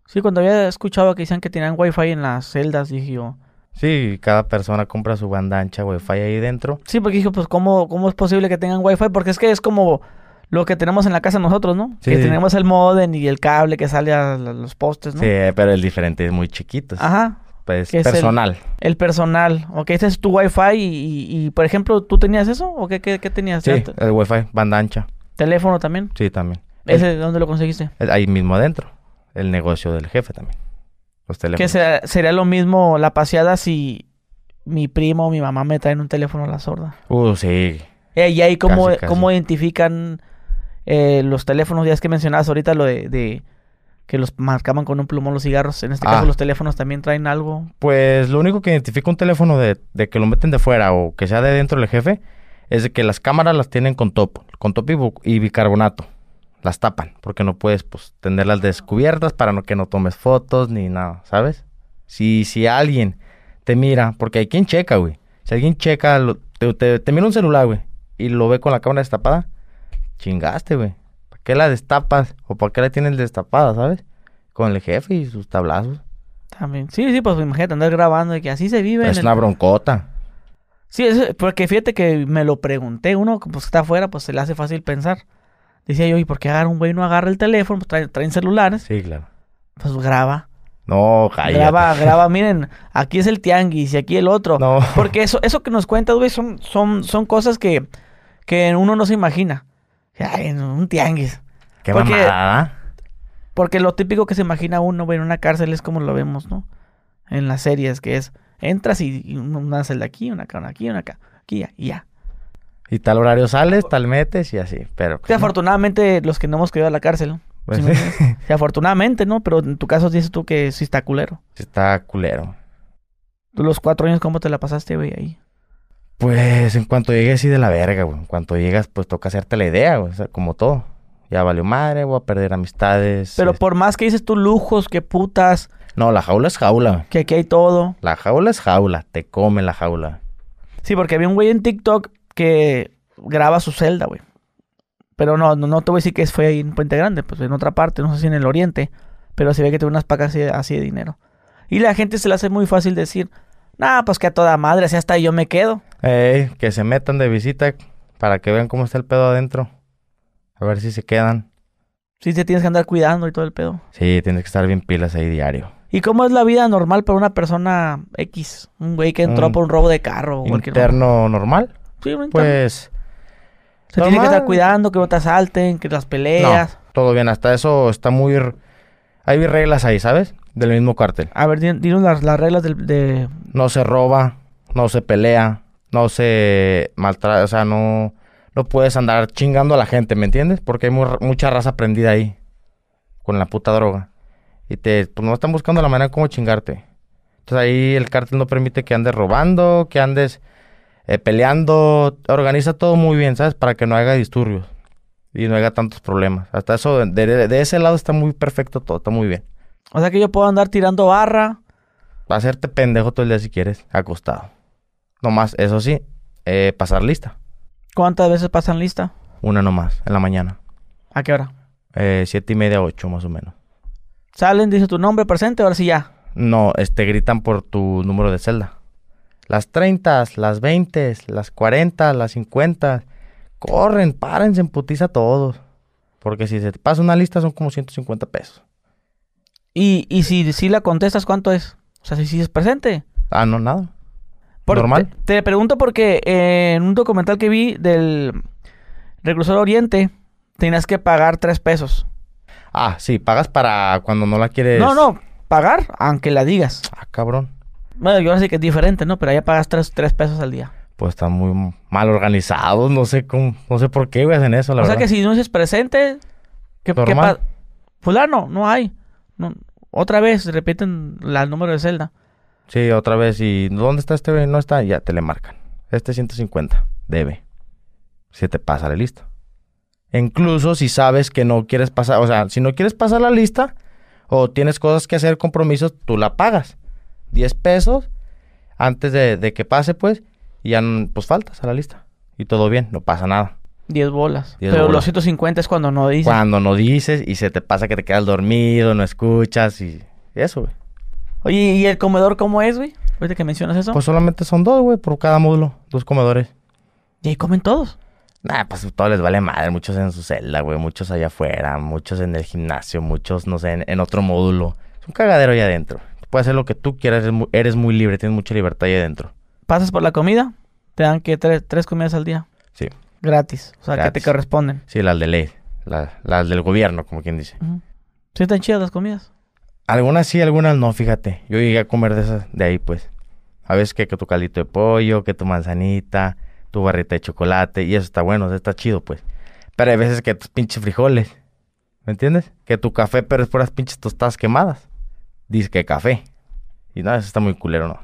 Sí, cuando había escuchado que decían que tenían wifi en las celdas, dije yo... Sí, cada persona compra su banda ancha Wi-Fi ahí dentro. Sí, porque dije, pues, ¿cómo, ¿cómo es posible que tengan wifi? Porque es que es como lo que tenemos en la casa nosotros, ¿no? Sí, que sí. tenemos el modem y el cable que sale a la- los postes, ¿no? Sí, pero el diferente es muy chiquito. Es, Ajá. pues, ¿qué es el- personal. El personal. Ok, este es tu wifi y, y, y, por ejemplo, ¿tú tenías eso? ¿O qué, qué, qué tenías? Sí, ¿Te- el Wi-Fi, banda ancha. ¿Teléfono también? Sí, también. ¿Ese dónde lo conseguiste? El- ahí mismo adentro. El negocio del jefe también. Los Que teléfonos. sea- sería lo mismo la paseada si mi primo o mi mamá me traen un teléfono a la sorda. Uh, sí. Eh, y ahí cómo, Casi, casi. cómo identifican eh, los teléfonos, ya es que mencionabas ahorita lo de, de que los marcaban con un plumón los cigarros. En este Ah. caso los teléfonos también traen algo. Pues lo único que identifica un teléfono de, de que lo meten de fuera o que sea de dentro del jefe es de que las cámaras las tienen con top, con top y, bu- y bicarbonato. Las tapan porque no puedes pues tenerlas descubiertas para no que no tomes fotos ni nada, ¿sabes? Si, si alguien te mira, porque hay quien checa, güey. Si alguien checa, lo- te, te- te mira un celular, güey, y lo ve con la cámara destapada, chingaste, güey. ¿Para qué la destapas o para qué la tienes destapada, ¿sabes? Con el jefe y sus tablazos. También. Sí, sí, pues imagínate andar grabando y que así se vive. en es el- una broncota. Sí, es- porque fíjate que me lo pregunté. Uno, pues que está afuera, pues se le hace fácil pensar. Decía yo, ¿y por qué agarra un güey no agarra el teléfono? Pues traen, traen celulares. Sí, claro. Pues graba. No, cállate. Graba, graba. Miren, aquí es el tianguis y aquí el otro. No. Porque eso, eso que nos cuentas, güey, son, son, son cosas que, que uno no se imagina. Ay, en un tianguis. Qué porque- mamada. Porque lo típico que se imagina uno, güey, en una cárcel es como lo vemos, ¿no? En las series, que es, entras y, y una celda aquí, una acá, una aquí, una acá, aquí ya, y ya. Y tal horario sales, tal metes y así. Pero. Que afortunadamente los que no hemos quedado a la cárcel, ¿no? Pues, ¿Sí me entiendes? Que afortunadamente, ¿no? Pero en tu caso dices tú que sí está culero. está culero. Tú los cuatro años, ¿cómo te la pasaste, güey, ahí? Pues en cuanto llegues, sí de la verga, güey. En cuanto llegas, pues toca hacerte la idea, güey. O sea, como todo. Ya valió madre, voy a perder amistades. Pero eh, por más que dices tú lujos, que putas, No, la jaula es jaula. güey. que aquí hay todo. La jaula es jaula. Te come la jaula. Sí, porque había un güey en TikTok que graba su celda, güey. Pero no, no, no te voy a decir que fue ahí en Puente Grande, pues en otra parte, no sé si en el oriente. Pero se ve que tiene unas pacas así, así de dinero. Y la gente se le hace muy fácil decir, nah, pues que a toda madre, así hasta ahí yo me quedo. Ey, que se metan de visita para que vean cómo está el pedo adentro. A ver si se quedan. Sí, te tienes que andar cuidando y todo el pedo. Sí, tienes que estar bien pilas ahí diario. ¿Y cómo es la vida normal para una persona X? Un güey que entró Un por un robo de carro o cualquier Interno normal, Sí, un interno. pues Se tiene que estar normal. cuidando, que no te asalten, que las no, peleas. todo bien. Hasta eso está muy... r- Hay reglas ahí, ¿sabes? Del mismo cártel. A ver, di- dinos las, las reglas del- de... No se roba, no se pelea, no se maltrata, o sea, no, no puedes andar chingando a la gente, ¿me entiendes? Porque hay mu- mucha raza prendida ahí con la puta droga. Y te, pues no están buscando la manera como chingarte. Entonces ahí el cártel no permite que andes robando, que andes eh, peleando. Organiza todo muy bien, ¿sabes? Para que no haya disturbios y no haya tantos problemas. Hasta eso, de, de- de ese lado está muy perfecto todo, está muy bien. O sea que yo puedo andar tirando barra. Hacerte pendejo todo el día si quieres, acostado. Nomás, eso sí, eh, pasar lista. ¿Cuántas veces pasan lista? Una nomás, en la mañana. ¿A qué hora? Eh, siete y media, ocho más o menos. Salen, dice tu nombre, presente, ahora sí ya. No, este, gritan por tu número de celda. Las 30, las 20, las 40, las 50. Corren, párense, en putiza todos. Porque si se te pasa una lista son como 150 pesos. Y, y si, si la contestas, ¿cuánto es? O sea, si, si es presente. Ah, no, nada. Por- Normal. Te, te pregunto porque eh, en un documental que vi del Reclusor Oriente, tenías que pagar tres pesos. Ah, sí, pagas para cuando no la quieres. No, no, pagar, aunque la digas. Ah, cabrón. Bueno, yo ahora sí que es diferente, ¿no? Pero allá pagas tres, tres pesos al día. Pues están muy mal organizados, no sé cómo, no sé por qué güey, hacen eso, la o verdad. sea que si no dices presente, ¿qué, qué Normal. pa- Fulano, no hay. No, otra vez repiten la- el número de celda. Sí, otra vez. ¿Y dónde está este? güey? No está. Ya te le marcan. Este 150. Debe. Se te pasa la lista. Incluso si sabes que no quieres pasar, o sea, si no quieres pasar la lista o tienes cosas que hacer, compromisos, tú la pagas. 10 pesos antes de, de que pase, pues, y ya no- pues faltas a la lista. Y todo bien, no pasa nada. 10 bolas. Diez Pero bolas. los 150 es cuando no dices. Cuando no dices y se te pasa que te quedas dormido, no escuchas y y eso, güey. Oye, ¿y el comedor cómo es, güey? Ahorita que mencionas eso. Pues solamente son dos, güey, por cada módulo, dos comedores. y ahí comen todos. Nah, pues todo les vale madre. Muchos en su celda, güey. Muchos allá afuera. Muchos en el gimnasio. Muchos, no sé, en, en otro módulo. Es un cagadero allá adentro. Puedes hacer lo que tú quieras. Eres muy, eres muy libre. Tienes mucha libertad allá adentro. Pasas por la comida, te dan que tres, tres comidas al día. Sí. Gratis. O sea, que te Gratis. corresponden. Sí, las de ley. la- Las, del gobierno, como quien dice. Ujú. Sí, están chidas las comidas. Algunas sí, algunas no, fíjate. Yo llegué a comer de esas de ahí, pues. A veces que, que tu caldito de pollo, que tu manzanita, tu barrita de chocolate. Y eso está bueno, eso está chido, pues. Pero hay veces que tus pinches frijoles. ¿Me entiendes? Que tu café, pero es puras pinches tostadas quemadas. Dice que café. Y nada, eso está muy culero, ¿no?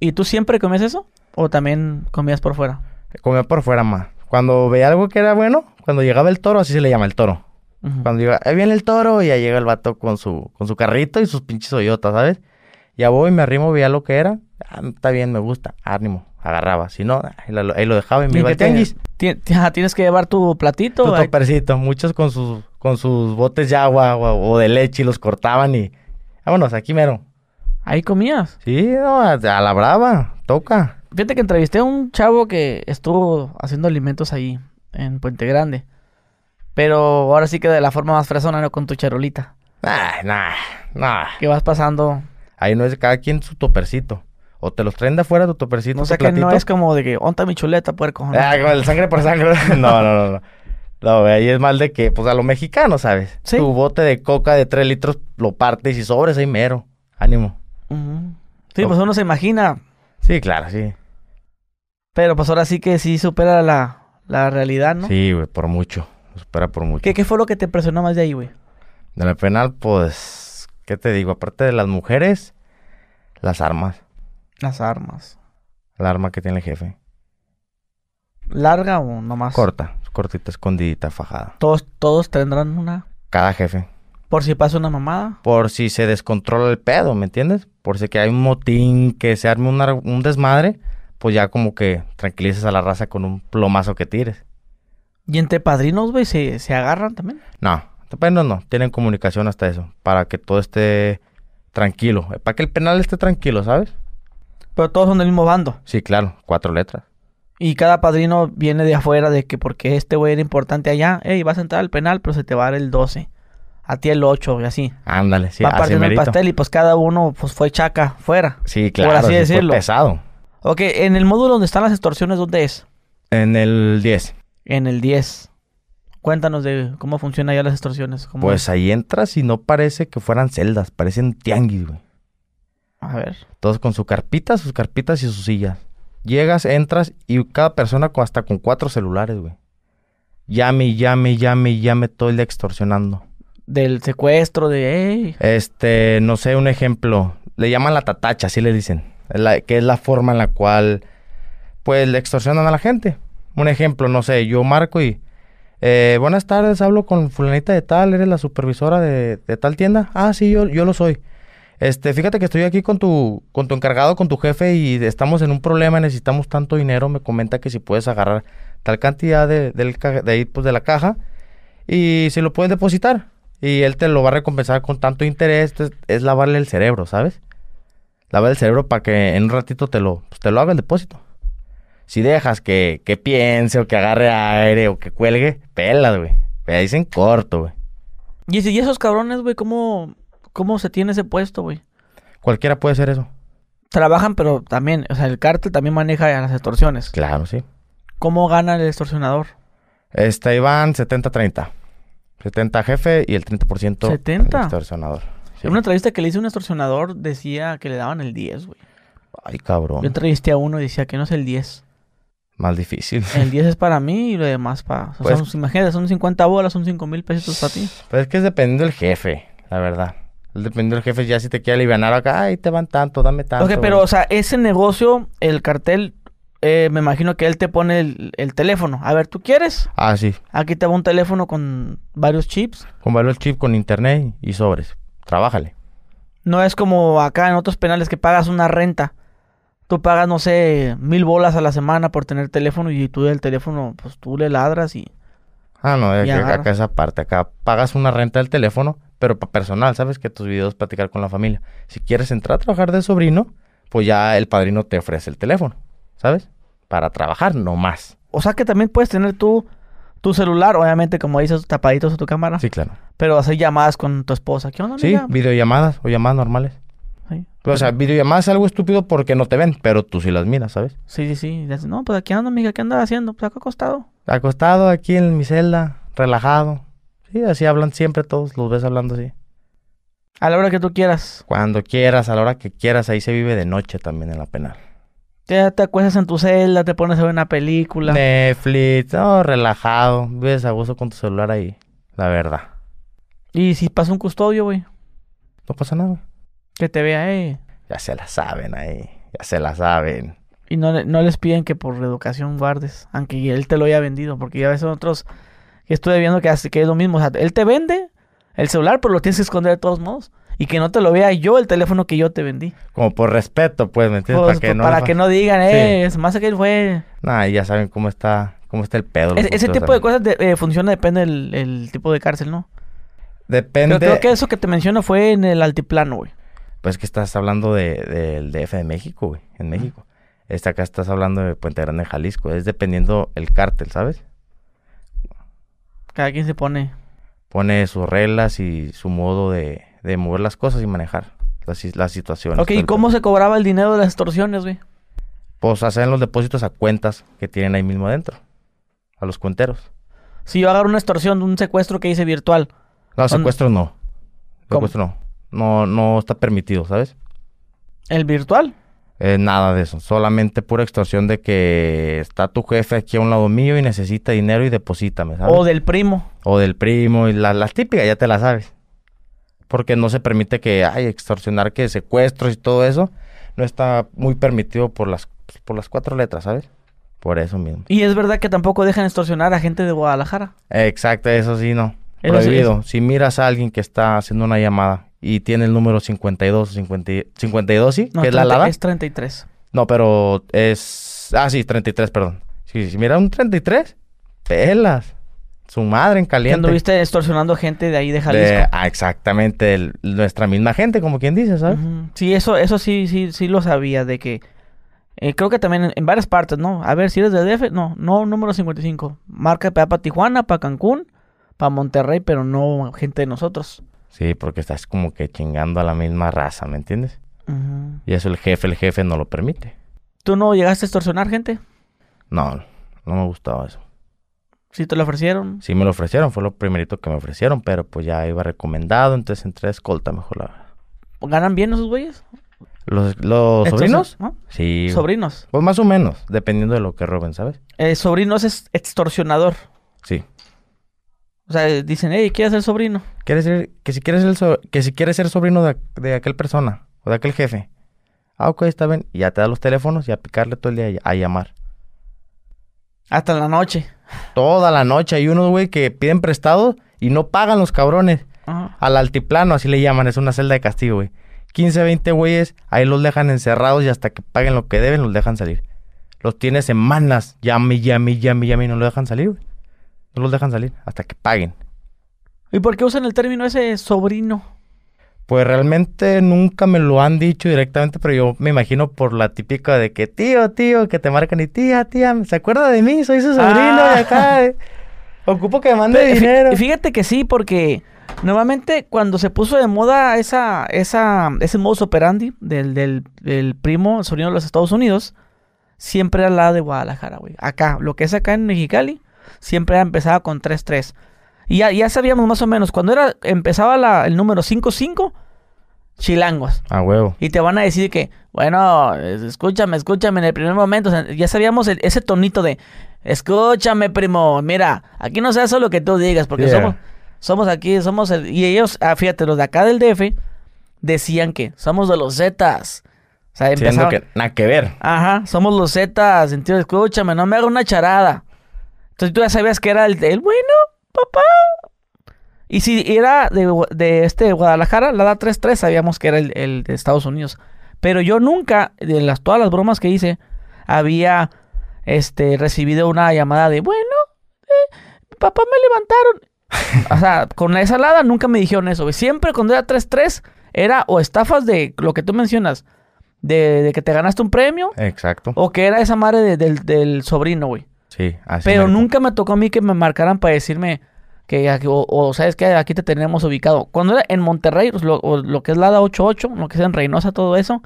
¿Y tú siempre comes eso? ¿O también comías por fuera? Comía por fuera más. Cuando veía algo que era bueno, cuando llegaba el toro, así se le llama el toro. Ujú. Cuando llega, ahí viene el toro y ya llega el vato con su, con su carrito y sus pinches hoyotas, ¿sabes? Ya voy, me arrimo, veía lo que era. Ah, está bien, me gusta. Ánimo, agarraba. Si no, ahí lo, ahí lo dejaba y me Ni iba que al tianguis. te- ti- ajá, Tienes que llevar tu platito. Tu ahí- topercito. Muchos con sus, con sus botes de agua o, o de leche y los cortaban y... Vámonos, aquí mero. Ahí comías. Sí, no, a, a la brava, toca. Fíjate que entrevisté a un chavo que estuvo haciendo alimentos ahí, en Puente Grande. Pero ahora sí que de la forma más fresona, no con tu charolita. Nah, nah, nah. Que vas pasando. Ahí no es de cada quien su topercito. O te los traen de afuera tu topercito. No sé tu que no platito. es como de que onta mi chuleta, puerco. ¿no? Ah, con el sangre por sangre. No, no, no, no. No, güey, ahí es mal de que, pues a lo mexicano, ¿sabes? Sí. Tu bote de coca de 3 litros lo partes y sobres ahí mero. Ánimo. Ujú. Sí, pues uno se imagina. Sí, claro, sí. Pero pues ahora sí que sí supera la, la realidad, ¿no? Sí, güey, por mucho. Lo Supera por mucho. ¿Qué, ¿Qué fue lo que te impresionó más de ahí, güey? En el penal, pues, ¿qué te digo? Aparte de las mujeres, las armas. Las armas. La arma que tiene el jefe. ¿Larga o nomás? Corta, cortita, escondidita, fajada. Todos, todos tendrán una. Cada jefe. Por si pasa una mamada. Por si se descontrola el pedo, ¿me entiendes? Por si que hay un motín, que se arme una- un desmadre, pues ya como que tranquilizas a la raza con un plomazo que tires. Y entre padrinos, güey, se, se agarran también. No, pues no, no. Tienen comunicación hasta eso, para que todo esté tranquilo. eh, Para que el penal esté tranquilo, ¿sabes? Pero todos son del mismo bando. Sí, claro, cuatro letras. Y cada padrino viene de afuera de que porque este güey era importante allá, ey, vas a entrar al penal, pero se te va a dar el 12. A ti el 8 y así. Ándale, sí, va así partiendo el merito. pastel y pues cada uno pues fue chaca, fuera. Sí, claro, así sí fue decirlo. pesado. Ok, en el módulo donde están las extorsiones, ¿dónde es? En el 10. En el 10. Cuéntanos de cómo funcionan allá las extorsiones. cómo Pues es. ahí entras y no parece que fueran celdas, parecen tianguis, güey. A ver. Todos con su carpita, sus carpitas y sus sillas. Llegas, entras y cada persona con- hasta con cuatro celulares, güey. Llame, y llame, y llame, y llame todo el día extorsionando. Del secuestro, de, ey, Este, no sé, un ejemplo. Le llaman la tatacha, así le dicen. La- que es la forma en la cual, pues, le extorsionan a la gente. Un ejemplo, no sé, yo marco y... eh, buenas tardes, hablo con fulanita de tal, eres la supervisora de, de tal tienda. Ah, sí, yo, yo lo soy. Este, fíjate que estoy aquí con tu, con tu encargado, con tu jefe y estamos en un problema, necesitamos tanto dinero. Me comenta que si puedes agarrar tal cantidad de, del ca- de ahí, pues, de la caja y si lo puedes depositar y él te lo va a recompensar con tanto interés, entonces, es lavarle el cerebro, ¿sabes? Lavar el cerebro para que en un ratito te lo, pues, te lo haga el depósito. Si dejas que, que piense o que agarre aire o que cuelgue, pelas, güey. Me dicen corto, güey. Y, ese- y esos cabrones, güey, ¿cómo, ¿cómo se tiene ese puesto, güey? Cualquiera puede hacer eso. Trabajan, pero también, o sea, el cártel también maneja las extorsiones. Claro, sí. ¿Cómo gana el extorsionador? Este, ahí van 70-30. 70 jefe y el 30% al 70. extorsionador. Sí. En una entrevista que le hice a un extorsionador, decía que le daban el 10, güey. Ay, Yo cabrón. entrevisté a uno y decía que no es el 10. Más difícil. El 10 es para mí y lo demás para... O sea, Pues- son- imagínate, son 50 bolas, son 5 mil pesitos para ti. Pues es que es dependiendo del jefe, la verdad. Es Dependiendo del jefe, ya si te quiere aliviar acá, ahí te van tanto, dame tanto. ok, güey". pero, o sea, ese negocio, el cartel, eh, me imagino que él te pone el, el teléfono. A ver, ¿tú quieres? Ah, sí. Aquí te va un teléfono con varios chips. Con valor chip, con internet y sobres. Trabájale. No es como acá en otros penales que pagas una renta. Tú pagas, no sé, mil bolas a la semana por tener teléfono y tú del teléfono, pues tú le ladras y... Ah, no, Y es que agarra. acá esa parte. Acá pagas una renta del teléfono, pero para personal, ¿sabes? Que tus videos platicar con la familia. Si quieres entrar a trabajar de sobrino, pues ya el padrino te ofrece el teléfono, ¿sabes? Para trabajar, no más. O sea que también puedes tener tu, tu celular, obviamente, como dices, tapaditos a tu cámara. Sí, claro. Pero hacer llamadas con tu esposa. ¿Qué onda, Sí, amiga? videollamadas o llamadas normales. Sí. O sea, videollamadas es algo estúpido porque no te ven, pero tú sí las miras, ¿sabes? Sí, sí, sí. Y dices, no, pues aquí ando, amiga, ¿qué andas haciendo? Pues acá acostado. Acostado aquí en mi celda, relajado. Sí, así hablan siempre todos, los ves hablando así. A la hora que tú quieras. Cuando quieras, a la hora que quieras, ahí se vive de noche también en la penal. Ya te acuestas en tu celda, te pones a ver una película. Netflix, oh, relajado, vives a gusto con tu celular ahí, la verdad. Y si pasa un custodio, güey, No pasa nada, güey. que te vea, eh. Ya se la saben ahí, ya se la saben. Y no, le- no les piden que por educación guardes, aunque él te lo haya vendido, porque ya ves otros que estuve viendo que, hace, que es lo mismo. O sea, él te vende el celular, pero lo tienes que esconder de todos modos. Y que no te lo vea yo el teléfono que yo te vendí. Como por respeto, pues, ¿me entiendes? Pues, pues, para, que, no le fa- no digan, Sí. eh, es más que él fue. Nah, ya saben cómo está, cómo está el pedo. los Ese- E-, ese otros tipo de también. cosas de- eh, funciona, depende del el tipo de cárcel, ¿no? Depende, Pero creo que eso que te menciono fue en el altiplano, güey. Pues que estás hablando del de, de DF de México, güey, en México. Este acá estás hablando de Puente Grande, Jalisco. Es dependiendo el cártel, ¿sabes? Cada quien se pone. Pone sus reglas y su modo de, de mover las cosas y manejar las, las situaciones. Ok, todo ¿y el cómo pedo. se cobraba el dinero de las extorsiones, güey? Pues hacen los depósitos a cuentas que tienen ahí mismo adentro. A los cuenteros. Si yo agarro una extorsión, un secuestro que hice virtual, No, ¿Dónde? secuestro no. ¿Cómo? Secuestro no. No, no está permitido, ¿sabes? ¿el virtual? Eh, nada de eso. Solamente pura extorsión de que está tu jefe aquí a un lado mío y necesita dinero y deposítame, ¿sabes? ¿O del primo? O del primo y la- las típicas, ya te las sabes. Porque no se permite que, ay, extorsionar que secuestros y todo eso. No está muy permitido por las, por las cuatro letras, ¿sabes? Por eso mismo. Y es verdad que tampoco dejan extorsionar a gente de Guadalajara. Exacto, eso sí, no. Eso sí, Prohibido. Si miras a alguien que está haciendo una llamada y tiene el número 52 o 50 y- 52, sí, No, que es la 30 lada. Es 33. No, pero es... Ah, sí, 33, perdón. Sí, si mira un 33, pelas. Su madre en Que caliente. anduviste extorsionando gente de ahí de Jalisco. De- ah, exactamente, el- nuestra misma gente, como quien dice, ¿sabes? Ujú. Sí, eso, eso sí, sí, sí lo sabía, de que eh, creo que también en, en varias partes, ¿no? A ver, si eres de DF, no, no número 55. Marca para Tijuana, para Cancún, para Monterrey, pero no gente de nosotros. Sí, porque estás como que chingando a la misma raza, ¿me entiendes? Ujú. Y eso el jefe, el jefe no lo permite. ¿Tú no llegaste a extorsionar gente? No, no me gustaba eso. Si te lo ofrecieron. Sí me lo ofrecieron, fue lo primerito que me ofrecieron, pero pues ya iba recomendado, entonces entré a escolta mejor la verdad. ¿Ganan bien esos güeyes? ¿Los, los Estos- sobrinos? ¿no? Sí. güey. Sobrinos. Pues más o menos, dependiendo de lo que roben, ¿sabes? Eh, sobrinos es extorsionador. Sí. O sea, dicen, hey, ¿quieres ser sobrino? ¿Quieres ser, que si quieres ser, so- que si quieres ser sobrino de, de aquel persona o de aquel jefe. Ah, ok, está bien. Y ya te da los teléfonos y a picarle todo el día y a llamar. Hasta en la noche. Toda la noche hay unos, güey, que piden prestado y no pagan los cabrones. Ajá. Al altiplano, así le llaman, es una celda de castigo, güey. 15, 20 güeyes, ahí los dejan encerrados y hasta que paguen lo que deben, los dejan salir. Los tiene semanas, llame, llame, llame, llame y no los dejan salir, güey. No los dejan salir hasta que paguen. ¿Y por qué usan el término ese sobrino? Pues realmente nunca me lo han dicho directamente, pero yo me imagino por la típica de que tío, tío, que te marcan y tía, tía, ¿se acuerda de mí? Soy su sobrino Ah. de acá. eh. Ocupo que me mande Eh, Fí- fí- dinero. Fíjate que sí, porque normalmente cuando se puso de moda esa, esa, ese modus operandi del, del, del primo sobrino de los Estados Unidos, siempre era la de Guadalajara, güey. Acá, lo que es acá en Mexicali, siempre era- empezaba con 3-3. Y ya, ya sabíamos más o menos, cuando era, empezaba la- el número 5-5, chilangos. A huevo. Y te van a decir que, bueno, es- escúchame, escúchame en el primer momento. o sea, ya sabíamos el- ese tonito de, escúchame, primo, mira, aquí no sea solo que tú digas, porque Yeah. somos, somos aquí, somos... el-". y ellos, ah, fíjate, los de acá del DF decían que somos de los Zetas. O sea, Siendo empezaban... que nada que ver. Ajá, somos los Zetas, sentido, escúchame, no me haga una charada. Entonces tú ya sabías que era el, el bueno, papá. Y si era de, Gua- de este de Guadalajara, la da 3-3, sabíamos que era el, el de Estados Unidos. Pero yo nunca, de las, todas las bromas que hice, había este, recibido una llamada de, bueno, eh, papá me levantaron. o sea, con esa lada nunca me dijeron eso. güey. Siempre cuando era 3-3, era o estafas de lo que tú mencionas, de, de que te ganaste un premio, Exacto. o que era esa madre de- del, del sobrino, güey. Sí, así. Pero mero. nunca me tocó a mí que me marcaran para decirme que, aquí- o, o, sabes que aquí te tenemos ubicado. Cuando era en Monterrey, pues, lo, o lo que es la ADA 88, lo que es en Reynosa, todo eso,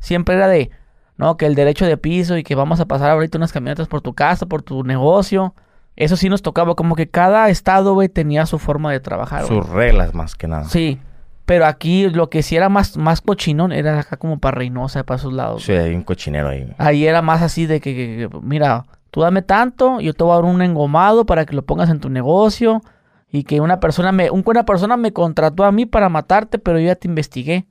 siempre era de, no, que el derecho de piso y que vamos a pasar ahorita unas camionetas por tu casa, por tu negocio. Eso sí nos tocaba, como que cada estado, güey, tenía su forma de trabajar, güey. Sus reglas más que nada. Sí, Sí. Pero aquí lo que sí era más, más cochinón era acá como para Reynosa, para esos lados. hay un cochinero ahí. Ahí era más así de que, que- que, mira, tú dame tanto, yo te voy a dar un engomado para que lo pongas en tu negocio y que una persona me, un- una persona me contrató a mí para matarte, pero yo ya te investigué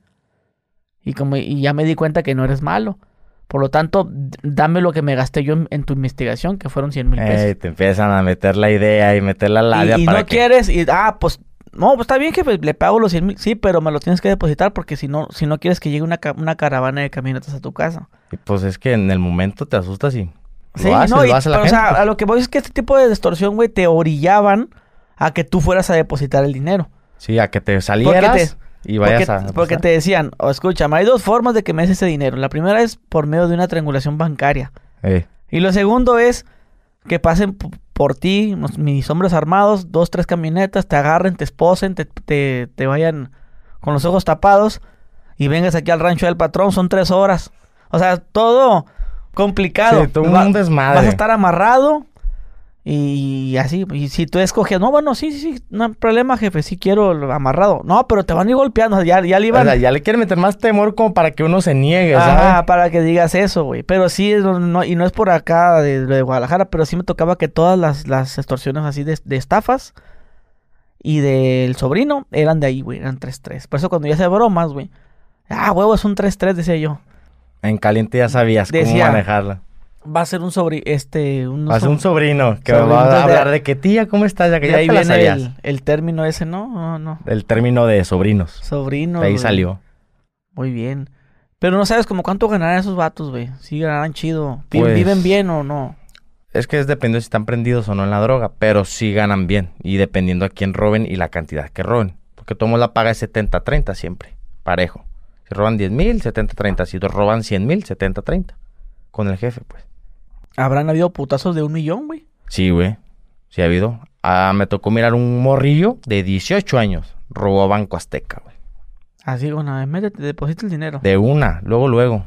y como y ya me di cuenta que no eres malo. Por lo tanto, d- dame lo que me gasté yo en, en tu investigación, que fueron 100 mil pesos. Ey, Eh, te empiezan a meter la idea y meter la labia y y para no que... quieres, y ah, pues, no, pues está bien que le pago los 100 mil, sí, pero me los tienes que depositar porque si no, si no quieres que llegue una, ca- una caravana de camionetas a tu casa. Y pues es que en el momento te asustas y... Sí, lo haces, no, y- lo hace la pero, o gente. sea, a lo que voy es que este tipo de distorsión, güey, te orillaban a que tú fueras a depositar el dinero. Sí, a que te salieras y vayas porque, a. porque te decían, o escúchame, hay dos formas de que me des ese dinero. La primera es por medio de una triangulación bancaria. Eh, Y lo segundo es que pasen p- por ti nos- mis hombres armados, dos, tres camionetas, te agarren, te esposen, te, te- te vayan con los ojos tapados y vengas aquí al rancho del patrón, son tres horas. O sea, todo complicado. Sí, todo un desmadre. Vas a estar amarrado y así. Y si tú escoges, no, bueno, sí, sí, sí, no hay problema, jefe, sí quiero lo amarrado. No, pero te van a ir golpeando, o sea, ya, ya le o iban... sea, ya le quieren meter más temor como para que uno se niegue, Ajá, ¿sabes? para que digas eso, güey. Pero sí, no- no- y no es por acá de, de Guadalajara, pero sí me tocaba que todas las, las extorsiones así de, de estafas y del sobrino eran de ahí, güey, eran 3-3. Por eso cuando yo hacía bromas, güey, ah, huevo, es un 3-3, decía yo. En caliente ya sabías cómo Decía- manejarla. Va a ser un sobrino, este, un... Vas a un sobrino que Sobrinito va de- a hablar de que tía, ¿cómo estás? Ya que de ya ahí te la viene sabías. el, el término ese, ¿no? No, no. El término de sobrinos. Sobrino. De ahí güey. salió. Muy bien. Pero no sabes como cuánto ganarán esos vatos, güey. Si ganarán chido. Vi- Pues- ¿Viven bien o no? Es que es dependiendo si están prendidos o no en la droga, pero sí ganan bien. Y dependiendo a quién roben y la cantidad que roben. Porque todo mundo la paga es 70-30 siempre, parejo. Si roban 10 mil, 70-30. Si roban 100 mil, 70-30. Con el jefe, pues. ¿Habrán habido putazos de un millón, güey? Sí, güey. Sí ha habido. Ah, me tocó mirar un morrillo de 18 años. Robó a Banco Azteca, güey. Así, una vez, métete, deposita el dinero. De una, luego, luego.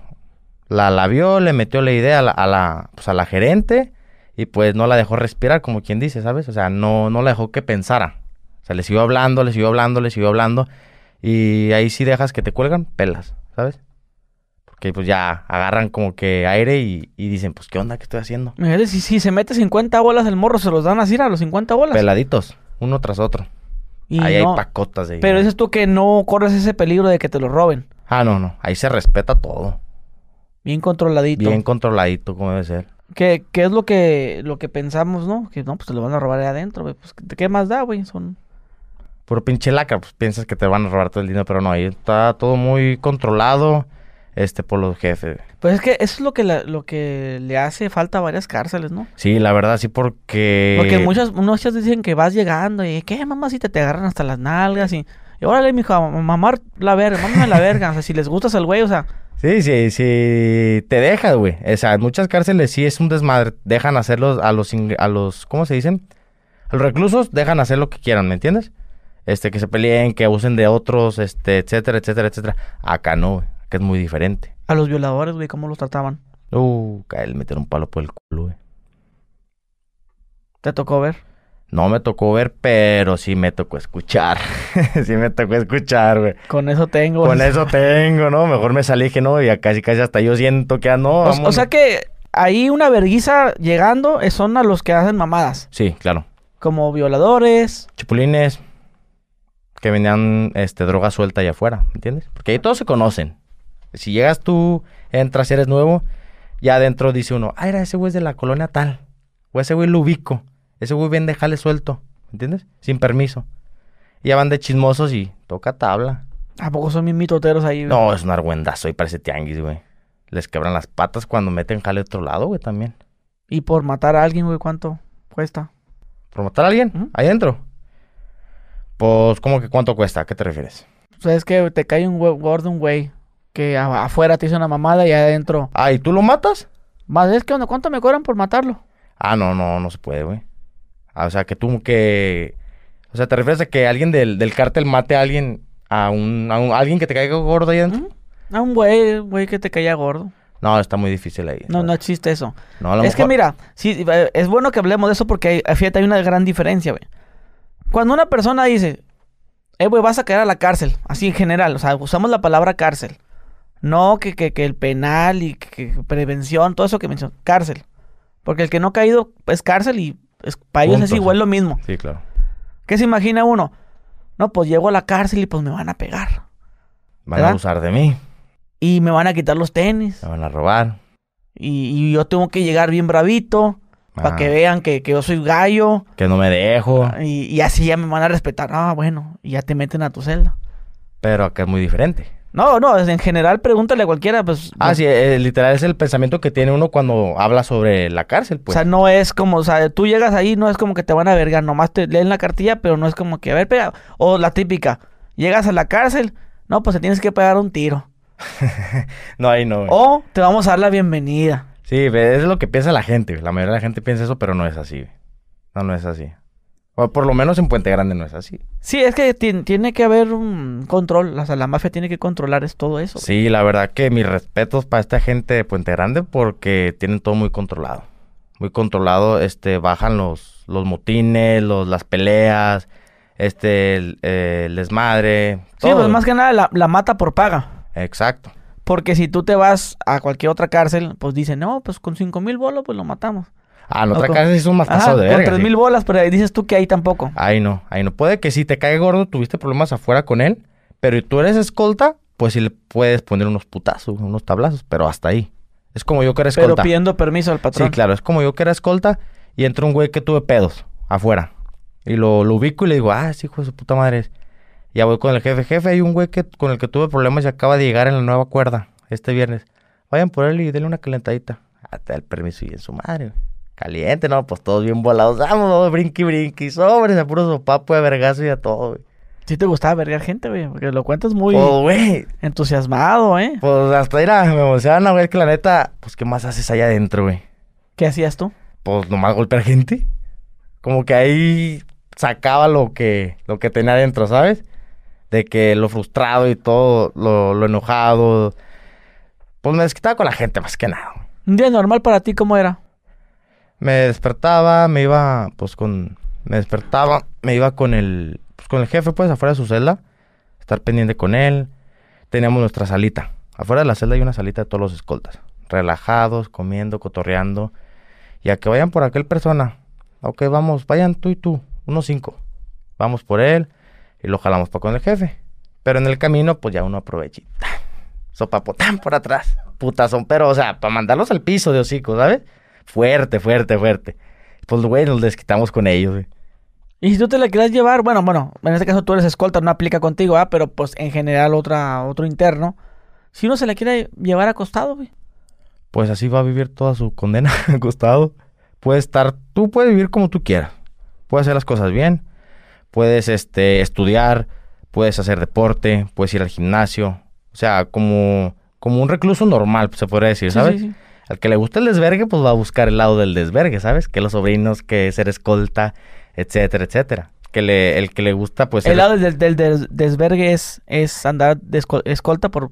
La, la vio, le metió la idea a la, a la- pues, a la gerente y pues no la dejó respirar, como quien dice, ¿sabes? O sea, no, no la dejó que pensara. O sea, le siguió hablando, le siguió hablando, le siguió hablando. Y ahí sí dejas que te cuelgan, pelas, ¿sabes? Porque pues ya agarran como que aire y, y dicen, pues, ¿qué onda? ¿Qué estoy haciendo? Imagínate, si, si se mete 50 bolas el morro, se los dan así a los 50 bolas. Peladitos, uno tras otro. Y ahí no- hay pacotas de... Pero dices tú que no corres ese peligro de que te lo roben. Ah, no, no. Ahí se respeta todo. Bien controladito. Bien controladito, como debe ser. Que, que es lo que, lo que pensamos, ¿no? Que no, pues te lo van a robar ahí adentro, güey. Pues, ¿qué más da, güey? Son... Puro pinche lacra, pues piensas que te van a robar todo el dinero, pero no, ahí está todo muy controlado este, por los jefes. Pues es que eso es lo que, la- lo que le hace falta a varias cárceles, ¿no? Sí, la verdad, sí, porque... Porque muchas, muchas dicen que vas llegando y ¿qué, mamacita? Te agarran hasta las nalgas y... Y órale, mijo, a mamar la verga, mámame la verga. O sea, si les gustas al güey, o sea... Sí, sí, sí, te dejas, güey. O sea, en muchas cárceles sí es un desmadre. Dejan hacer los- a los, ingre- a los, ¿cómo se dicen? A los reclusos dejan hacer lo que quieran, ¿me entiendes? Este, que se peleen, que abusen de otros, este, etcétera, etcétera, etcétera. Acá no, güey, acá es muy diferente. A los violadores, güey, cómo los trataban. Uh, cae el meter un palo por el culo, güey. Te tocó ver. No me tocó ver, pero sí me tocó escuchar. sí me tocó escuchar, güey. Con eso tengo. Con eso tengo, ¿no? Mejor me salí que no, y ya casi casi hasta yo siento que ya no. O, o vámonos. sea que ahí una verguiza llegando eh, son a los que hacen mamadas. Sí, claro. Como violadores. Chapulines que vendían este, droga suelta allá afuera, ¿entiendes? Porque ahí todos se conocen. Si llegas tú, entras, eres nuevo, ya adentro dice uno, ah, era ese güey es de la colonia tal. O ese güey lo ubico. Ese güey vende jale suelto, ¿entiendes? Sin permiso. Y ya van de chismosos y toca tabla. ¿A poco son mis mitoteros ahí? güey? No, es un argüendazo y parece tianguis, güey. Les quebran las patas cuando meten jale a otro lado, güey, también. Y por matar a alguien, güey, ¿cuánto cuesta? ¿Por matar a alguien? ¿Mm? Ahí adentro. Pues, ¿cómo que cuánto cuesta? ¿A qué te refieres? O sea, es que te cae un güey- gordo, un güey. Que a- afuera te hizo una mamada y adentro. Ah, ¿y tú lo matas? Más es que onda, ¿cuánto me cobran por matarlo? Ah, no, no, no se puede, güey. Ah, o sea, que tú que... O sea, ¿te refieres a que alguien del, del cártel mate a alguien, a un, a un- a alguien que te caiga gordo ahí adentro? A un güey, güey que te caía gordo. No, está muy difícil ahí. No, no existe eso. No, a lo Es que mejor- mira, sí, eh, es bueno que hablemos de eso porque hay, eh, fíjate, hay una gran diferencia, güey. Cuando una persona dice, eh, güey, vas a caer a la cárcel, así en general, o sea, usamos la palabra cárcel. No que, que, que el penal y que, que prevención, todo eso que mencionó, cárcel. Porque el que no ha caído es cárcel y es- para ellos es Punto, igual sí. lo mismo. Sí, claro. ¿Qué se imagina uno? No, pues llego a la cárcel y pues me van a pegar. Van a ¿Verdad? abusar de mí, Y me van a quitar los tenis. me van a robar. Y, y yo tengo que llegar bien bravito para Ah, que vean que, que yo soy gallo. Que no me dejo. Y, y así ya me van a respetar. Ah, bueno, y ya te meten a tu celda. Pero acá es muy diferente. No, no, es- en general pregúntale a cualquiera, pues. Ah, no- sí, eh, literal es el pensamiento que tiene uno cuando habla sobre la cárcel, O pues. sea, no es como, o sea, tú llegas ahí, no es como que te van a vergar, nomás te leen la cartilla, pero no es como que, a ver, pega. O la típica, llegas a la cárcel No, pues te tienes que pegar un tiro. No, ahí no, güey. O te vamos a dar la bienvenida. Sí, ve, es lo que piensa la gente, güey. La mayoría de la gente piensa eso, pero no es así, güey. No, no es así. O por lo menos en Puente Grande no es así. Sí, es que ti- tiene que haber un control. O sea, la mafia tiene que controlar es todo eso. Sí, la verdad que mis respetos para esta gente de Puente Grande porque tienen todo muy controlado. Muy controlado, este, bajan los, los motines, los, las peleas, este, el, eh, el desmadre. Sí, todo. pues más que nada la, la mata por paga. Exacto. Porque si tú te vas a cualquier otra cárcel, pues dicen, no, pues con cinco mil bolos, pues lo matamos. Ah, en otra con- casa es un Ajá, mastazo de verga. con tres sí. Ah, mil bolas, pero ahí dices tú que ahí tampoco. Ahí no, ahí no. Puede que si te cae gordo, tuviste problemas afuera con él, pero tú eres escolta, pues sí le puedes poner unos putazos, unos tablazos, pero hasta ahí. Es como yo que era Pero escolta. pidiendo permiso al patrón. Sí, claro, es como yo que era escolta y entra un güey que tuve pedos afuera. Y lo, lo ubico y le digo, ah, ese hijo de su puta madre. es". Ya voy con el jefe. Jefe, hay un güey que, con el que tuve problemas y acaba de llegar en la nueva cuerda este viernes. Vayan por él y denle una calentadita. Hasta el permiso y en su madre. güey. Caliente, no, pues todos bien volados. Vámonos, brinqui, brinqui. Sobres a puro sopapo de vergazo y a todo, güey. Sí te gustaba vergar gente, güey, porque lo cuentas muy Oh, güey. entusiasmado, ¿eh? Pues hasta ir a, me emociona, güey, que la neta, pues, ¿qué más haces allá adentro, güey? ¿Qué hacías tú? pues nomás golpear gente. Como que ahí sacaba lo que, lo que tenía adentro, ¿sabes? De que lo frustrado y todo, lo, lo enojado. Pues me desquitaba con la gente más que nada. Un día normal para ti, ¿cómo era? Me despertaba, me iba, pues con. Me despertaba, me iba con el. Pues con el jefe, pues, afuera de su celda. Estar pendiente con él. Teníamos nuestra salita. Afuera de la celda hay una salita de todos los escoltas. Relajados, comiendo, cotorreando. Y a que vayan por aquel persona. Ok, vamos, vayan tú y tú. Unos cinco. Vamos por él. Y lo jalamos para con el jefe. Pero en el camino, pues ya uno aprovecha. y ¡tah! Sopa potán por atrás. Putazón, pero, o sea, para mandarlos al piso de hocico, ¿sabes? Fuerte, fuerte, fuerte. Pues, güey, nos desquitamos con ellos, güey. Y si tú te la quieras llevar, bueno, bueno, en este caso tú eres escolta, no aplica contigo, ¿ah? Pero pues en general otra, otro interno. Si uno se la quiere llevar acostado, güey. Pues así va a vivir toda su condena acostado. Puedes estar, tú puedes vivir como tú quieras. Puedes hacer las cosas bien. Puedes este, estudiar, puedes hacer deporte, puedes ir al gimnasio. O sea, como, como un recluso normal, se podría decir, Sí, ¿sabes? sí, sí. Al que le gusta el desvergue, pues va a buscar el lado del desvergue, ¿sabes? Que los sobrinos, que ser escolta, etcétera, etcétera. Que le, el que le gusta, pues... El el- lado del, del- del desvergue es, es andar de esco- escolta por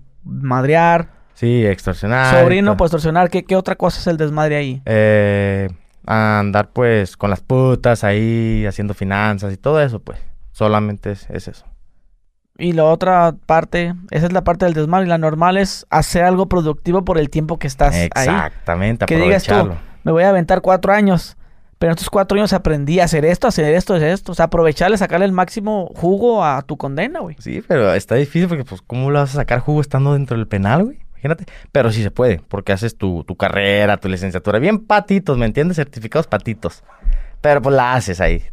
madrear, Sí, extorsionar. y sobrino todo. por extorsionar. ¿Qué, ¿Qué otra cosa es el desmadre ahí? Eh, a andar pues con las putas ahí, haciendo finanzas y todo eso, pues. Solamente es, es eso. Y la otra parte, esa es la parte del desmadre. Y la normal es hacer algo productivo por el tiempo que estás ahí. Exactamente, Que digas tú, aprovecharlo. me voy a aventar cuatro años. Pero en estos cuatro años aprendí a hacer esto, a hacer esto, a hacer esto. O sea, aprovecharle, sacarle el máximo jugo a tu condena, güey. Sí, pero está difícil porque pues ¿cómo le vas a sacar jugo estando dentro del penal, güey? Imagínate. Pero sí se puede, porque haces tu, tu carrera, tu licenciatura. Bien patitos, ¿me entiendes? Certificados patitos. Pero pues la haces ahí.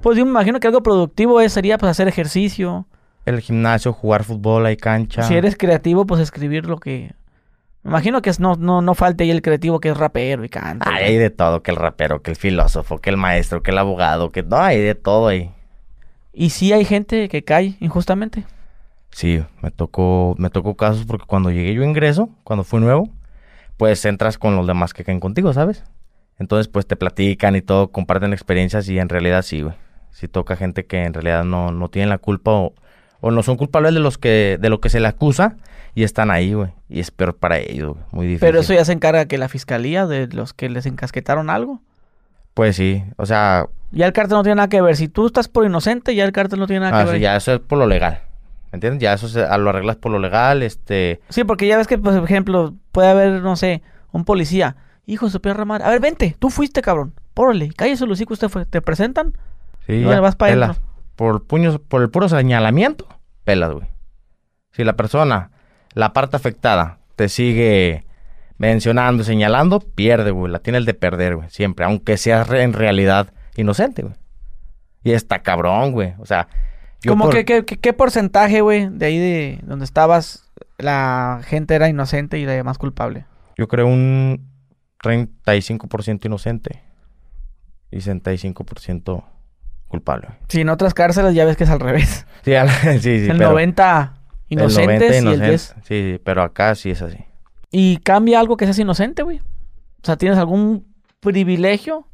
Pues yo me imagino que algo productivo es, sería pues hacer ejercicio. El gimnasio, jugar fútbol, hay cancha. Si eres creativo, pues escribir lo que... Me imagino que es- no, no, no falte ahí el creativo que es rapero y canta. Ay, güey. hay de todo, que el rapero, que el filósofo, que el maestro, que el abogado, que no, hay de todo ahí. Y sí hay gente que cae injustamente. Sí, me tocó, me tocó casos porque cuando llegué yo a ingreso, cuando fui nuevo, pues entras con los demás que caen contigo, ¿sabes? Entonces, pues te platican y todo, comparten experiencias y en realidad sí, güey. Sí toca gente que en realidad no, no tienen la culpa o, o no son culpables de los que, de lo que se le acusa y están ahí, güey. Y es peor para ellos, güey. Muy difícil. Pero eso ya se encarga que la fiscalía, de los que les encasquetaron algo. Pues sí, o sea, Ya el cártel no tiene nada que ver. Si tú estás por inocente, ya el cártel no tiene nada ah, que sí, ver. ya eso es por lo legal. ¿Me entiendes? Ya eso se- lo arreglas por lo legal, este... Sí, porque ya ves que, pues, por ejemplo, puede haber, no sé, un policía. Hijo de su perra madre. A ver, vente. Tú fuiste, cabrón. Pórale. Cállese el hocico. Usted fue. ¿Te presentan? Sí, No, le vas pa' pelas. dentro. Por puños, por el puro señalamiento, pelas, güey. Si la persona, la parte afectada, te sigue mencionando, señalando, pierde, güey. La tiene el de perder, güey. Siempre, aunque seas re- en realidad inocente, güey. Y está cabrón, güey. O sea, Como por- que, que- que- ¿qué porcentaje, güey, de ahí de donde estabas, la gente era inocente y la demás culpable? yo creo un 35% inocente y 65% culpable. güey. Si en otras cárceles ya ves que es al revés. Sí, al- sí, sí. el pero- 90 Inocentes y el inocente. 10. Sí, sí, pero acá sí es así. Y cambia algo que seas inocente, güey. O sea, tienes algún privilegio.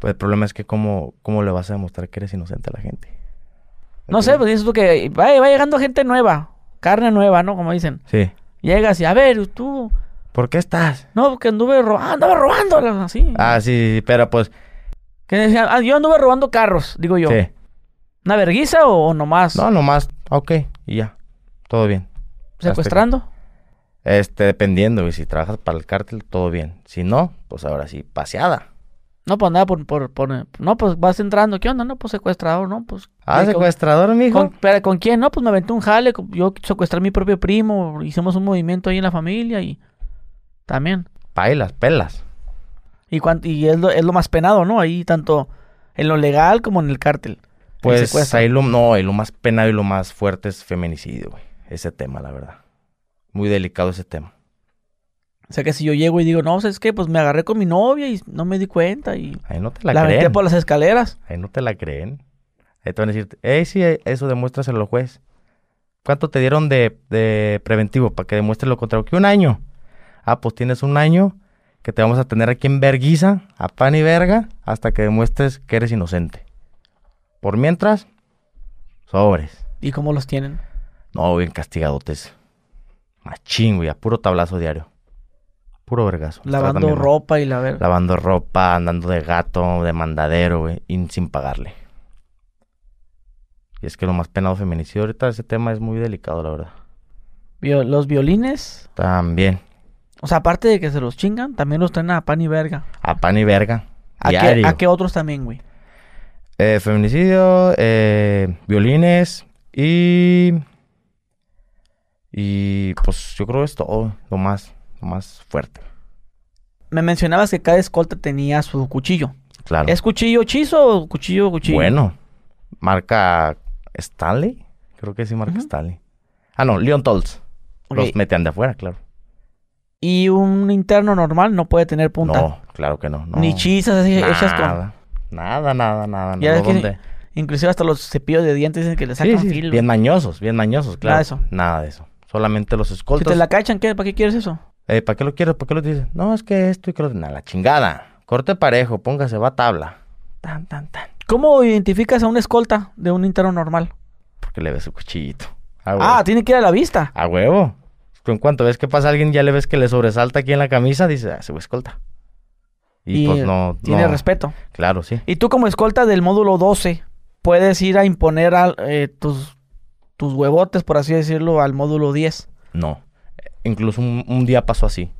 Pues el problema es que cómo, cómo le vas a demostrar que eres inocente a la gente. No sé, pues dices tú que va, va llegando gente nueva. Carne nueva, ¿no? Como dicen. Sí. Llegas y, a ver, tú... ¿Por qué estás? No, porque anduve robando, andaba robando, así. Ah, sí, sí, pero pues... Que decían, "Ah, yo anduve robando carros, digo yo. Sí. ¿Una verguiza o, o nomás? No, nomás, ok, y ya. Todo bien. ¿Secuestrando? Este, dependiendo, güey. Si trabajas para el cártel, todo bien. Si no, pues ahora sí, paseada. No, pues nada, por, por, por- No, pues vas entrando, ¿qué onda? No, pues secuestrador, ¿no? Pues... Ah, ¿qué- con- secuestrador, mijo. con, pero ¿con quién? No, pues me aventé un jale, con- yo secuestré a mi propio primo, hicimos un movimiento ahí en la familia y... También. Pailas, pelas. Y, cuan- y es, lo, es lo más penado, ¿no? Ahí tanto en lo legal como en el cártel. el Pues secuestro. ahí lo, no, y lo más penado y lo más fuerte es feminicidio, güey. Ese tema, la verdad. Muy delicado ese tema. O sea que si yo llego y digo, no, ¿sabes qué? Pues me agarré con mi novia y no me di cuenta y Ahí no te la, la, aventé creen. por las escaleras. Ahí no te la creen. Ahí te van a decir, hey, sí, eso demuéstraselo al juez. ¿Cuánto te dieron de, de preventivo para que demuestres lo contrario? Que un año. Ah, pues tienes un año que te vamos a tener aquí en verguiza, a pan y verga, hasta que demuestres que eres inocente. Por mientras, sobres. ¿Y cómo los tienen? No, bien castigadotes. Machín, güey, a puro tablazo diario. Puro vergazo. Los Pues tratan Lavando bien mal. ropa y la verga. Lavando ropa, andando de gato, de mandadero, güey, y sin pagarle. Y es que lo más penado feminicidio ahorita, ese tema es muy delicado, la verdad. Vio- los violines, También. o sea, aparte de que se los chingan, también los traen a pan y verga. A pan y verga. ¿A, qué, diario. a qué otros también, güey? Eh, feminicidio, eh, violines y... Y pues yo creo que es todo lo más, lo más fuerte. Me mencionabas que cada escolta tenía su cuchillo. Claro. ¿Es cuchillo hechizo o cuchillo cuchillo? Bueno, marca Stanley. Creo que sí, marca Ujú. Stanley. Ah, no, Leon Tolls. Ok. Los metían de afuera, claro. Y un interno normal no puede tener punta. No, claro que no. no. Ni chisas así hechas con... nada, nada, nada, nada. no, Ya ves que- ¿dónde? Inclusive hasta los cepillos de dientes dicen que le sacan Sí, sí, filo. bien mañosos, bien mañosos, claro. Nada de eso. Nada de eso. Solamente los Si escoltas. te la cachan, ¿qué? ¿Para qué quieres eso? Eh, ¿Para qué lo quieres? ¿Para qué lo dices? No, es que esto y que lo... Nah, la chingada. Corte parejo, póngase, va a tabla. Tan, tan, tan. ¿Cómo identificas a un escolta de un interno normal? Porque le ves su cuchillito. Ah, Ah, tiene que ir a la vista. A huevo. En cuanto ves que pasa alguien, ya le ves que le sobresalta aquí en la camisa, dice, ah, se fue escolta. Y, Y eh, pues no. Tiene no. respeto. Claro, sí. Y tú como escolta del módulo 12, puedes ir a imponer al- eh, tus, tus huevotes, por así decirlo, al módulo 10. No. Eh, Incluso un, un día pasó así.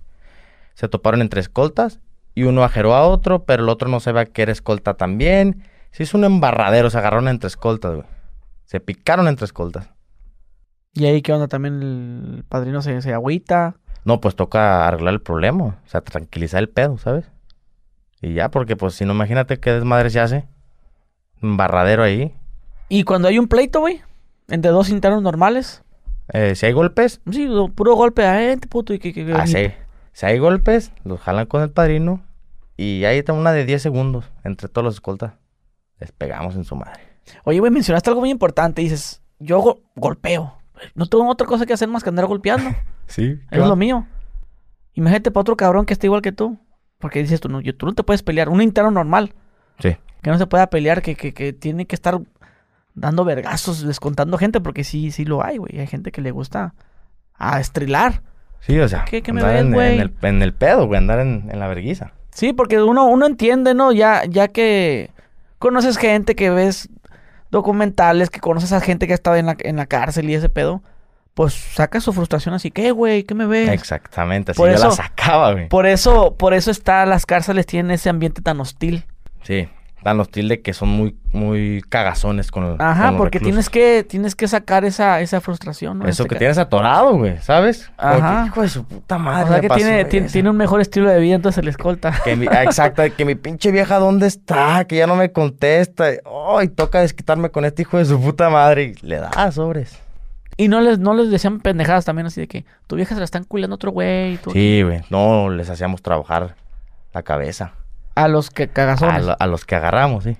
Se toparon entre escoltas y uno ajeró a otro, pero el otro no sabía que era escolta también. Se hizo un embarradero, se agarraron entre escoltas, güey. Se picaron entre escoltas. Y ahí, ¿qué onda? También el padrino se, se agüita. No, pues toca arreglar el problema, o sea, tranquilizar el pedo, ¿sabes? Y ya, porque pues si no, imagínate qué desmadre se hace. Embarradero ahí. Y cuando hay un pleito, güey, entre dos internos normales, Eh, si hay golpes, sí, lo- puro golpe a gente, puto, y que... que- que- Ah, sí. Si hay golpes, los jalan con el padrino. Y ahí está una de 10 segundos entre todos los escoltas. Les pegamos en su madre. Oye, güey, mencionaste algo muy importante. Dices, yo go- golpeo. No tengo otra cosa que hacer más que andar golpeando. Sí. Es lo mío. Imagínate para otro cabrón que esté igual que tú. Porque dices tú, no, yo, tú no te puedes pelear. Un interno normal. Sí. Que no se pueda pelear, que, que, que tiene que estar dando vergazos, descontando gente. Porque sí, sí lo hay, güey. Hay gente que le gusta a estrilar. Sí, o sea. ¿Qué- qué me andar ves, en, en güey? el, en el pedo, güey. Andar en, en la verguiza. Sí, porque uno, uno entiende, ¿no? Ya, ya que conoces gente, que ves documentales, que conoces a gente que ha estado en la, en la cárcel y ese pedo. Pues saca su frustración así, ¿qué, güey? ¿Qué me ves? Exactamente. Así Por yo la eso- sacaba, güey. Por eso, por eso está, las cárceles tienen ese ambiente tan hostil. Sí. Tan hostil de que son muy, muy cagazones con Ajá, con los porque tienes reclusos. que, tienes que sacar esa, esa frustración, ¿no? Eso Este que ca- tienes atorado, güey. ¿Sabes? Como Ajá. que, hijo de su puta madre. O sea me que pasó tiene, tiene, eso". tiene un mejor estilo de vida, entonces el escolta. Que mi, ah, exacto, que mi pinche vieja dónde está, que ya no me contesta. Ay, toca desquitarme con este hijo de su puta madre. Y le da sobres. Y no les, no les decían pendejadas también así de que tu vieja se la están culiando a otro güey. tú- Sí, güey. No, les hacíamos trabajar la cabeza. A los que A, cagazones. lo- a los que agarramos, sí.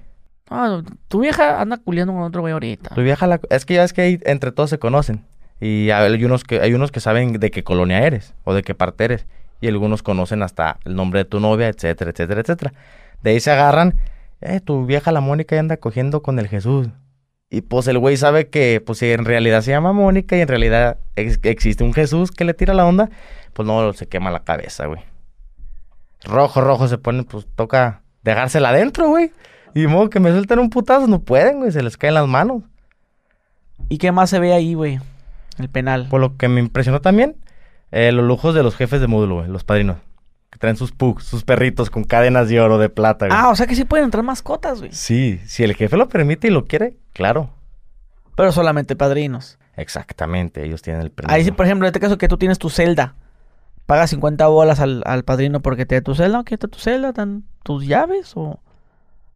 Ah, tu vieja anda culiando con otro güey ahorita. Pues Tu vieja la- Es que ya es que ahí entre todos se conocen. Y hay unos, que, hay unos que saben de qué colonia eres o de qué parte eres. Y algunos conocen hasta el nombre de tu novia, etcétera, etcétera, etcétera. De ahí se agarran. Eh, tu vieja la Mónica ya anda cogiendo con el Jesús. Y pues el güey sabe que, pues si en realidad se llama Mónica y en realidad ex- existe un Jesús que le tira la onda, pues no, se quema la cabeza, güey. Rojo, rojo se pone, pues toca dejársela adentro, güey. Y modo que me suelten un putazo, no pueden, güey, se les caen las manos. ¿Y qué más se ve ahí, güey? El penal. Por lo que me impresionó también, eh, los lujos de los jefes de módulo, güey, los padrinos. Que traen sus pugs, sus perritos con cadenas de oro, de plata, güey. Ah, o sea que sí pueden entrar mascotas, güey. Sí, si el jefe lo permite y lo quiere, claro. Pero solamente padrinos. Exactamente, ellos tienen el permiso. Ahí sí, por ejemplo, en este caso que tú tienes tu celda. Pagas 50 bolas al, al padrino porque te dé tu celda. ¿Qué está tu celda? ¿Te dan tus llaves? ¿O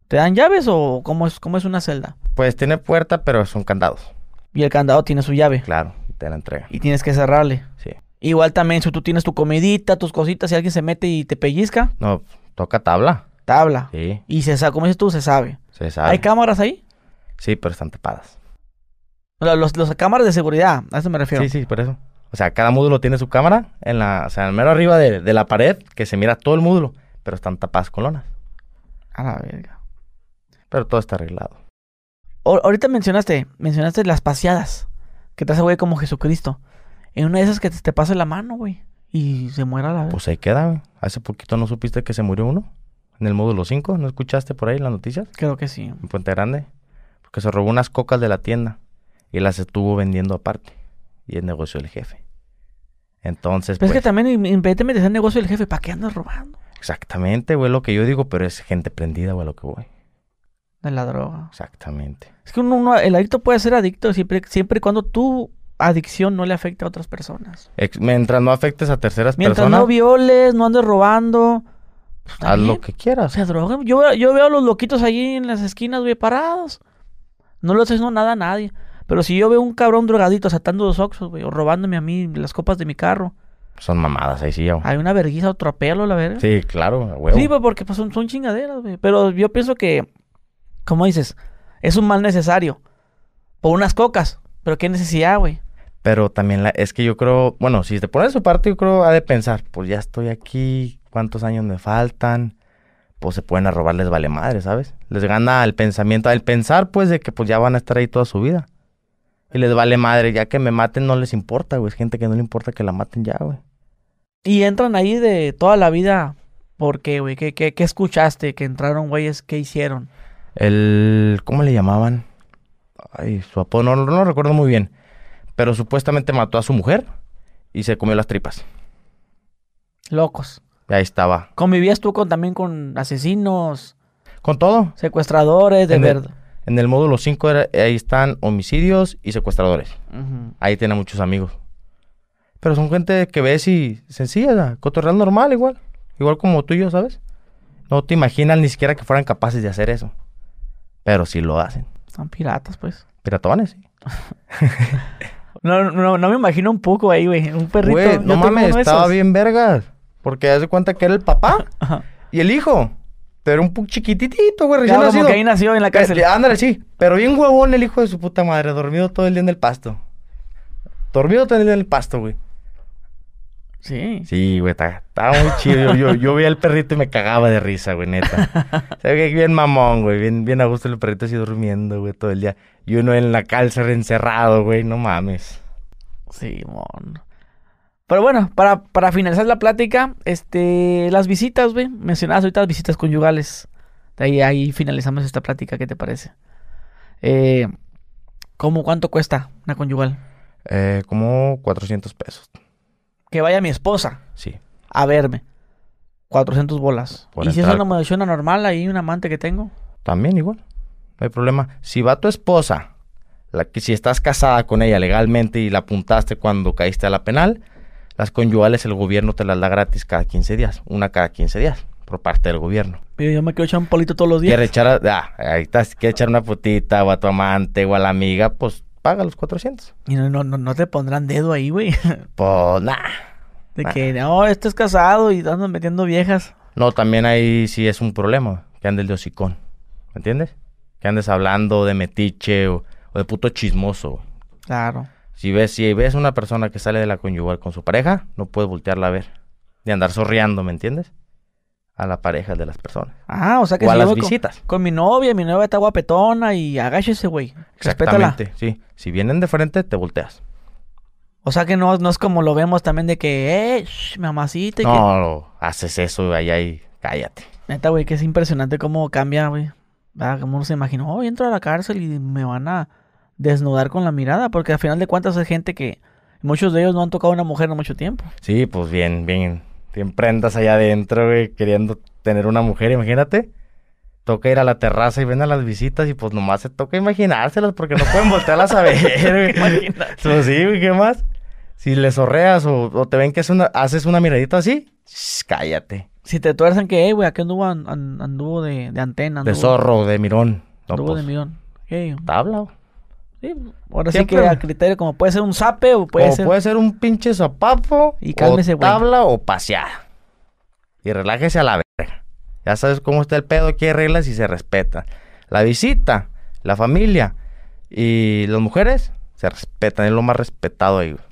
te dan llaves? ¿O cómo es, cómo es una celda? Pues tiene puerta, pero son candados. Y el candado tiene su llave. Claro, te la entrega. Y tienes que cerrarle. Sí. Igual también, si tú tienes tu comidita, tus cositas, si alguien se mete y te pellizca, No, toca tabla. tabla. Sí, Y se sabe, como dices tú, se sabe. se sabe. ¿Hay cámaras ahí? Sí, pero están tapadas. O sea, los, los cámaras de seguridad, a eso me refiero. Sí, sí, por eso. O sea, cada módulo tiene su cámara en la, o sea, mero arriba de, de la pared que se mira todo el módulo, pero están tapadas con lonas. A la verga. Pero todo está arreglado. O- ahorita mencionaste, mencionaste las paseadas que te hace, güey, como Jesucristo. En una de esas que te, te pase la mano, güey, y se muera la verga. Pues ahí queda, güey. Hace poquito no supiste que se murió uno en el módulo 5, ¿no escuchaste por ahí las noticias? Creo que sí. En Puente Grande, porque se robó unas cocas de la tienda y las estuvo vendiendo aparte. Y el negocio del jefe. Entonces, Pero es que pues, también, in- invénteme de ese negocio del jefe, ¿para qué andas robando? exactamente, güey, lo que yo digo, pero es gente prendida, güey, a lo que voy. De la droga. Exactamente. Es que uno, uno- el adicto puede ser adicto siempre, siempre y cuando tu adicción no le afecte a otras personas. Ex- mientras no afectes a terceras Mientras personas, no violes, no andes robando. pues, está haz bien. lo que O quieras. sea, droga. Yo, yo veo a los loquitos ahí en las esquinas, güey, parados. No le haces no nada a nadie. Pero si yo veo un cabrón drogadito saltando los oxos, güey, o robándome a mí las copas de mi carro, Son mamadas, ahí sí, ya, güey. hay una vergüenza, otro apelo, la verga. Sí, claro, a huevo. Ah, Sí, pues, porque pues, son, son chingaderas, güey. Pero yo pienso que, como dices, es un mal necesario. Por unas cocas. Pero qué necesidad, güey. Pero también la, es que yo creo, bueno, si te pones su parte, yo creo ha de pensar, pues ya estoy aquí, cuántos años me faltan, pues se pueden a robar, les vale madre, ¿sabes? Les gana el pensamiento, el pensar pues de que pues ya van a estar ahí toda su vida. Y les vale madre, ya que me maten no les importa, güey, es gente que no le importa que la maten ya, güey. Y entran ahí de toda la vida. ¿Por qué, güey? ¿Qué, qué, qué escuchaste? ¿Que entraron, güeyes? ¿Qué hicieron? El, ¿cómo le llamaban? Ay, su apodo, no, no lo recuerdo muy bien, pero supuestamente mató a su mujer y se comió las tripas. Locos. Y ahí estaba, ¿Convivías tú con, también con asesinos, con todo, secuestradores, de En el- verdad? En el módulo 5 ahí están homicidios y secuestradores. Ujú. Ahí tiene muchos amigos. Pero son gente que ves y sencilla, la- cotorreal normal igual. Igual como tú y yo, ¿sabes? No te imaginas ni siquiera que fueran capaces de hacer eso. Pero sí lo hacen. Son piratas, pues. Piratones, sí. No, no, no me imagino un poco ahí, güey. Un perrito. Güey, no Yo tengo uno mames, de estaba esos. bien vergas. Porque haz de cuenta que era el papá Ajá. y el hijo. Pero un pu- chiquititito, güey, Ya, recién como nacido. Eh, que ahí nació en la Pe- cárcel. Ándale, sí. Pero bien huevón el hijo de su puta madre, dormido todo el día en el pasto. Dormido todo el día en el pasto, güey. Sí. Sí, güey, está- estaba muy chido. Yo, yo, yo veía al perrito y me cagaba de risa, güey, neta. Se ve que bien mamón, güey. Bien, bien a gusto el perrito así durmiendo, güey, todo el día. Y uno en la cárcel encerrado, güey, no mames. Sí, mon. Pero bueno, para, para finalizar la plática, este, las visitas, güey. Mencionabas ahorita las visitas conyugales. De ahí, ahí finalizamos esta plática, ¿qué te parece? Eh, ¿Cómo, cuánto cuesta una conyugal? Eh, como 400 pesos. Que vaya mi esposa Sí. a verme. 400 bolas. Por ¿Y si es entrar. una muchachona normal ahí, un amante que tengo? También igual. No hay problema. Si va tu esposa, la que si estás casada con ella legalmente y la apuntaste cuando caíste a la penal, las conyugales el gobierno te las da gratis cada 15 días. Una cada 15 días por parte del gobierno. Pero yo me quiero echar un polito todos los días. Quiere echar, a, ah, ahí está, si quiere echar una putita o a tu amante o a la amiga, pues paga los 400. Y no, no, no, no te pondrán dedo ahí, güey. Pues nada. De Ah. que, no, este es casado y andan metiendo viejas. No, también ahí sí es un problema, que andes de hocicón, ¿me entiendes? Que andes hablando de metiche o, o de puto chismoso. Claro. Si ves, si ves una persona que sale de la conyugal con su pareja, no puedes voltearla a ver. De andar sorriando, ¿me entiendes? A la pareja de las personas. Ah, o sea que o a si yo las voy con, visitas. con mi novia, mi novia está guapetona y agáchese, güey. Respétala. Exactamente, sí. Si vienen de frente, te volteas. O sea que no, no es como lo vemos también de que, eh, shh, mamacita. y que- No, lo- haces eso allá y cállate. Neta, güey, que es impresionante cómo cambia, güey. Ah, Como uno se imaginó, oh, entro a la cárcel y me van a desnudar con la mirada, porque al final de cuentas es gente que muchos de ellos no han tocado a una mujer en mucho tiempo. Sí, pues bien, bien. Te emprendas allá adentro, güey, queriendo tener una mujer, imagínate. Toca ir a la terraza y ven a las visitas y pues nomás se toca imaginárselas porque no pueden voltearlas a ver, güey. Imagínate. Pues sí, güey, ¿qué más? Si les zorreas o, o te ven que es una, haces una miradita así, shh, cállate. Si te tuercen que, eh, güey, aquí anduvo, an- an- anduvo de, de antena. Anduvo, De zorro, de mirón. No, Anduvo pues, Ah, de mirón. Ey, tabla. güey. sí, ahora sí Siempre- que a criterio, como puede ser un zape o puede o ser... puede ser un pinche zapapo, Y cálmese, o güey. tabla o paseada. Y relájese a la verga. Ya sabes cómo está el pedo, aquí hay reglas y se respeta. La visita, la familia y las mujeres se respetan, es lo más respetado ahí. güey.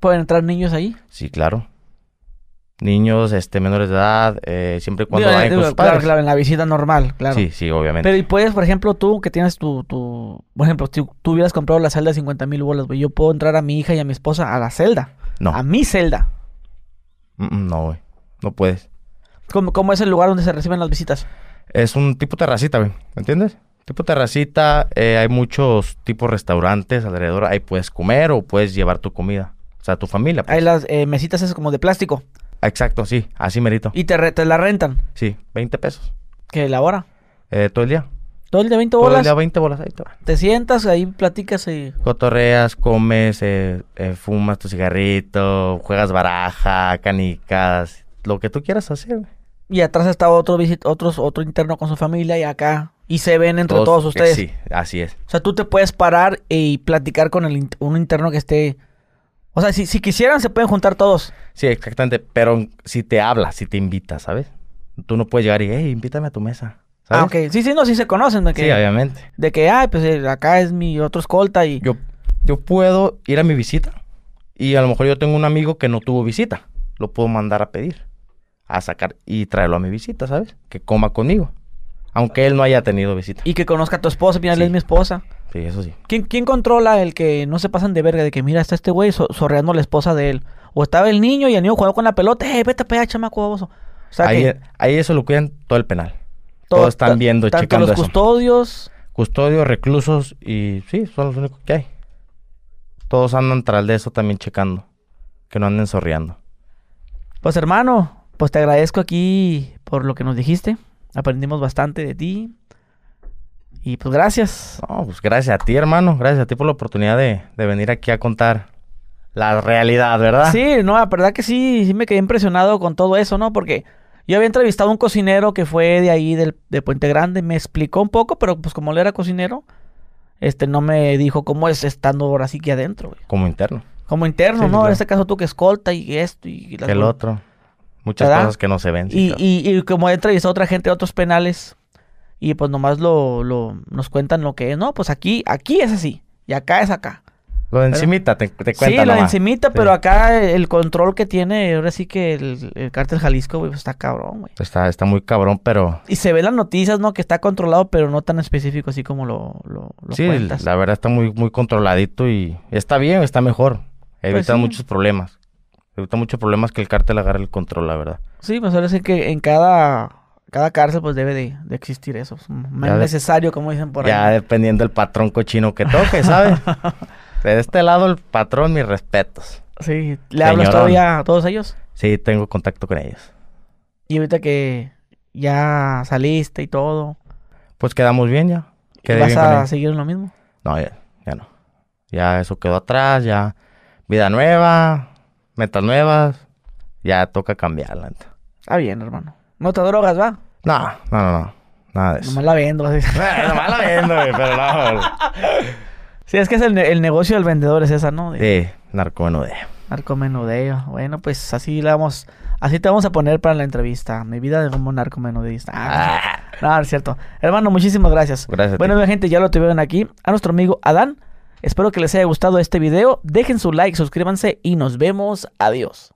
Pueden entrar niños ahí. Sí, claro. Niños, este, menores de edad, eh, siempre y cuando Digo, vayan digo, con sus claro, padres. claro, en la visita normal, claro. Sí, sí, obviamente. Pero y puedes, por ejemplo, tú que tienes tu, tu por ejemplo, si tú hubieras comprado la celda de 50 mil bolas, güey, yo puedo entrar a mi hija y a mi esposa a la celda, No, a mi celda. mm, mm, no, güey. No puedes. ¿Cómo, cómo es el lugar donde se reciben las visitas? Es un tipo terracita, güey. ¿Me entiendes? Tipo terracita, eh, hay muchos tipos restaurantes alrededor. Ahí puedes comer o puedes llevar tu comida. O sea, tu familia. pues. Hay las eh, mesitas esas como de plástico Exacto, sí. Así merito. y te, re- te la rentan, Sí, 20 pesos. que la hora. Eh, todo el día. Todo el de 20 Todo el bolas, día 20 bolas. Ahí te va. te sientas, ahí platicas y... Cotorreas, comes, eh, eh, fumas tu cigarrito, juegas baraja, canicas. Lo que tú quieras hacer, güey. Y atrás está otro, visit- otros, otro interno con su familia y acá. Y se ven entre todos, eh, ustedes. sí, así es. O sea, tú te puedes parar y platicar con el, int- un interno que esté... O sea, si, si quisieran se pueden juntar todos. Sí, exactamente. Pero si te habla, si te invita, ¿sabes? Tú no puedes llegar y, hey, invítame a tu mesa. ¿sabes? Ah, ok. Sí, sí, no, sí se conocen. De que, Sí, obviamente. de que ay, pues eh, acá es mi otro escolta y... Yo, yo puedo ir a mi visita y a lo mejor yo tengo un amigo que no tuvo visita. Lo puedo mandar a pedir, a sacar y traerlo a mi visita, ¿sabes? Que coma conmigo. Aunque él no haya tenido visita. Y que conozca a tu esposa, mira, él Sí. es mi esposa. Sí, eso sí. ¿Quién, ¿Quién controla el que no se pasan de verga? De que, mira, está este güey so- sorreando a la esposa de él. O estaba el niño y el niño jugando con la pelota. ¡Eh, vete para allá, chamaco baboso! O sea, Ahí, e, que ahí eso lo cuidan todo el penal. todo- todos están ta- viendo, tanto checando los eso. custodios... Custodios, reclusos y sí, son los únicos que hay. Todos andan tras de eso también checando. Que no anden sorreando. Pues hermano, pues te agradezco aquí por lo que nos dijiste. Aprendimos bastante de ti. Y pues gracias. No, pues gracias a ti, hermano. Gracias a ti por la oportunidad de, de venir aquí a contar la realidad, ¿verdad? Sí, no, la verdad que sí, sí me quedé impresionado con todo eso, ¿no? Porque yo había entrevistado a un cocinero que fue de ahí, del, de Puente Grande, me explicó un poco, pero pues como él era cocinero, este no me dijo cómo es estando ahora sí que adentro, güey. Como interno. Como interno, Sí, ¿no? En claro. este caso tú que escolta y esto y las el bol- otro. Muchas ¿Verdad? cosas que no se ven. sí, Y, claro. y, y como he entrevistado a otra gente de otros penales, y pues nomás lo, lo, nos cuentan lo que es, no, pues aquí, aquí es así, y acá es acá. lo de encimita, te, te Sí, cuentan lo de nomás. encimita, Sí. pero acá el control que tiene, ahora sí que el, el cártel Jalisco, güey, pues está cabrón, güey. Está, está muy cabrón, pero... Y se ven las noticias, ¿no? Que está controlado, pero no tan específico así como lo, lo, lo sí, cuentas. la verdad está muy, muy controladito y está bien, está mejor. Evita Pues sí. muchos problemas. Evita muchos problemas que el cártel agarre el control, la verdad. Sí, pues ahora sí que en cada, cada cárcel pues debe de, de existir eso. Pues, Es más Ya de- necesario, como dicen por ahí. ya dependiendo del patrón cochino que toque, ¿sabes? de este lado el patrón, mis respetos. Sí, le hablas Señorón. todavía a todos ellos. Sí, tengo contacto con ellos. Y ahorita que ya saliste y todo, Pues quedamos bien ya. Quedé ¿vas bien con a ellos. seguir en lo mismo? No, ya, ya no. Ya eso quedó atrás, ya vida nueva, metas nuevas, ya toca cambiarla. neta. Está bien, hermano. No te drogas, va. No, no, no, no, nada de eso. Nomás la vendo. así. Eh, nomás la vendo, güey, pero no. güey. Sí, es que es el, ne- el negocio del vendedor es esa, ¿no? De Sí, narcomenudeo. narcomenudeo. Bueno, pues así la vamos, así te vamos a poner para la entrevista. Mi vida de como narcomenudista. Ah, Ah, no, no es cierto. Hermano, muchísimas gracias. gracias. a ti. Bueno, mi gente, ya lo tuvieron aquí a nuestro amigo Adán. Espero que les haya gustado este video. Dejen su like, suscríbanse y nos vemos. Adiós.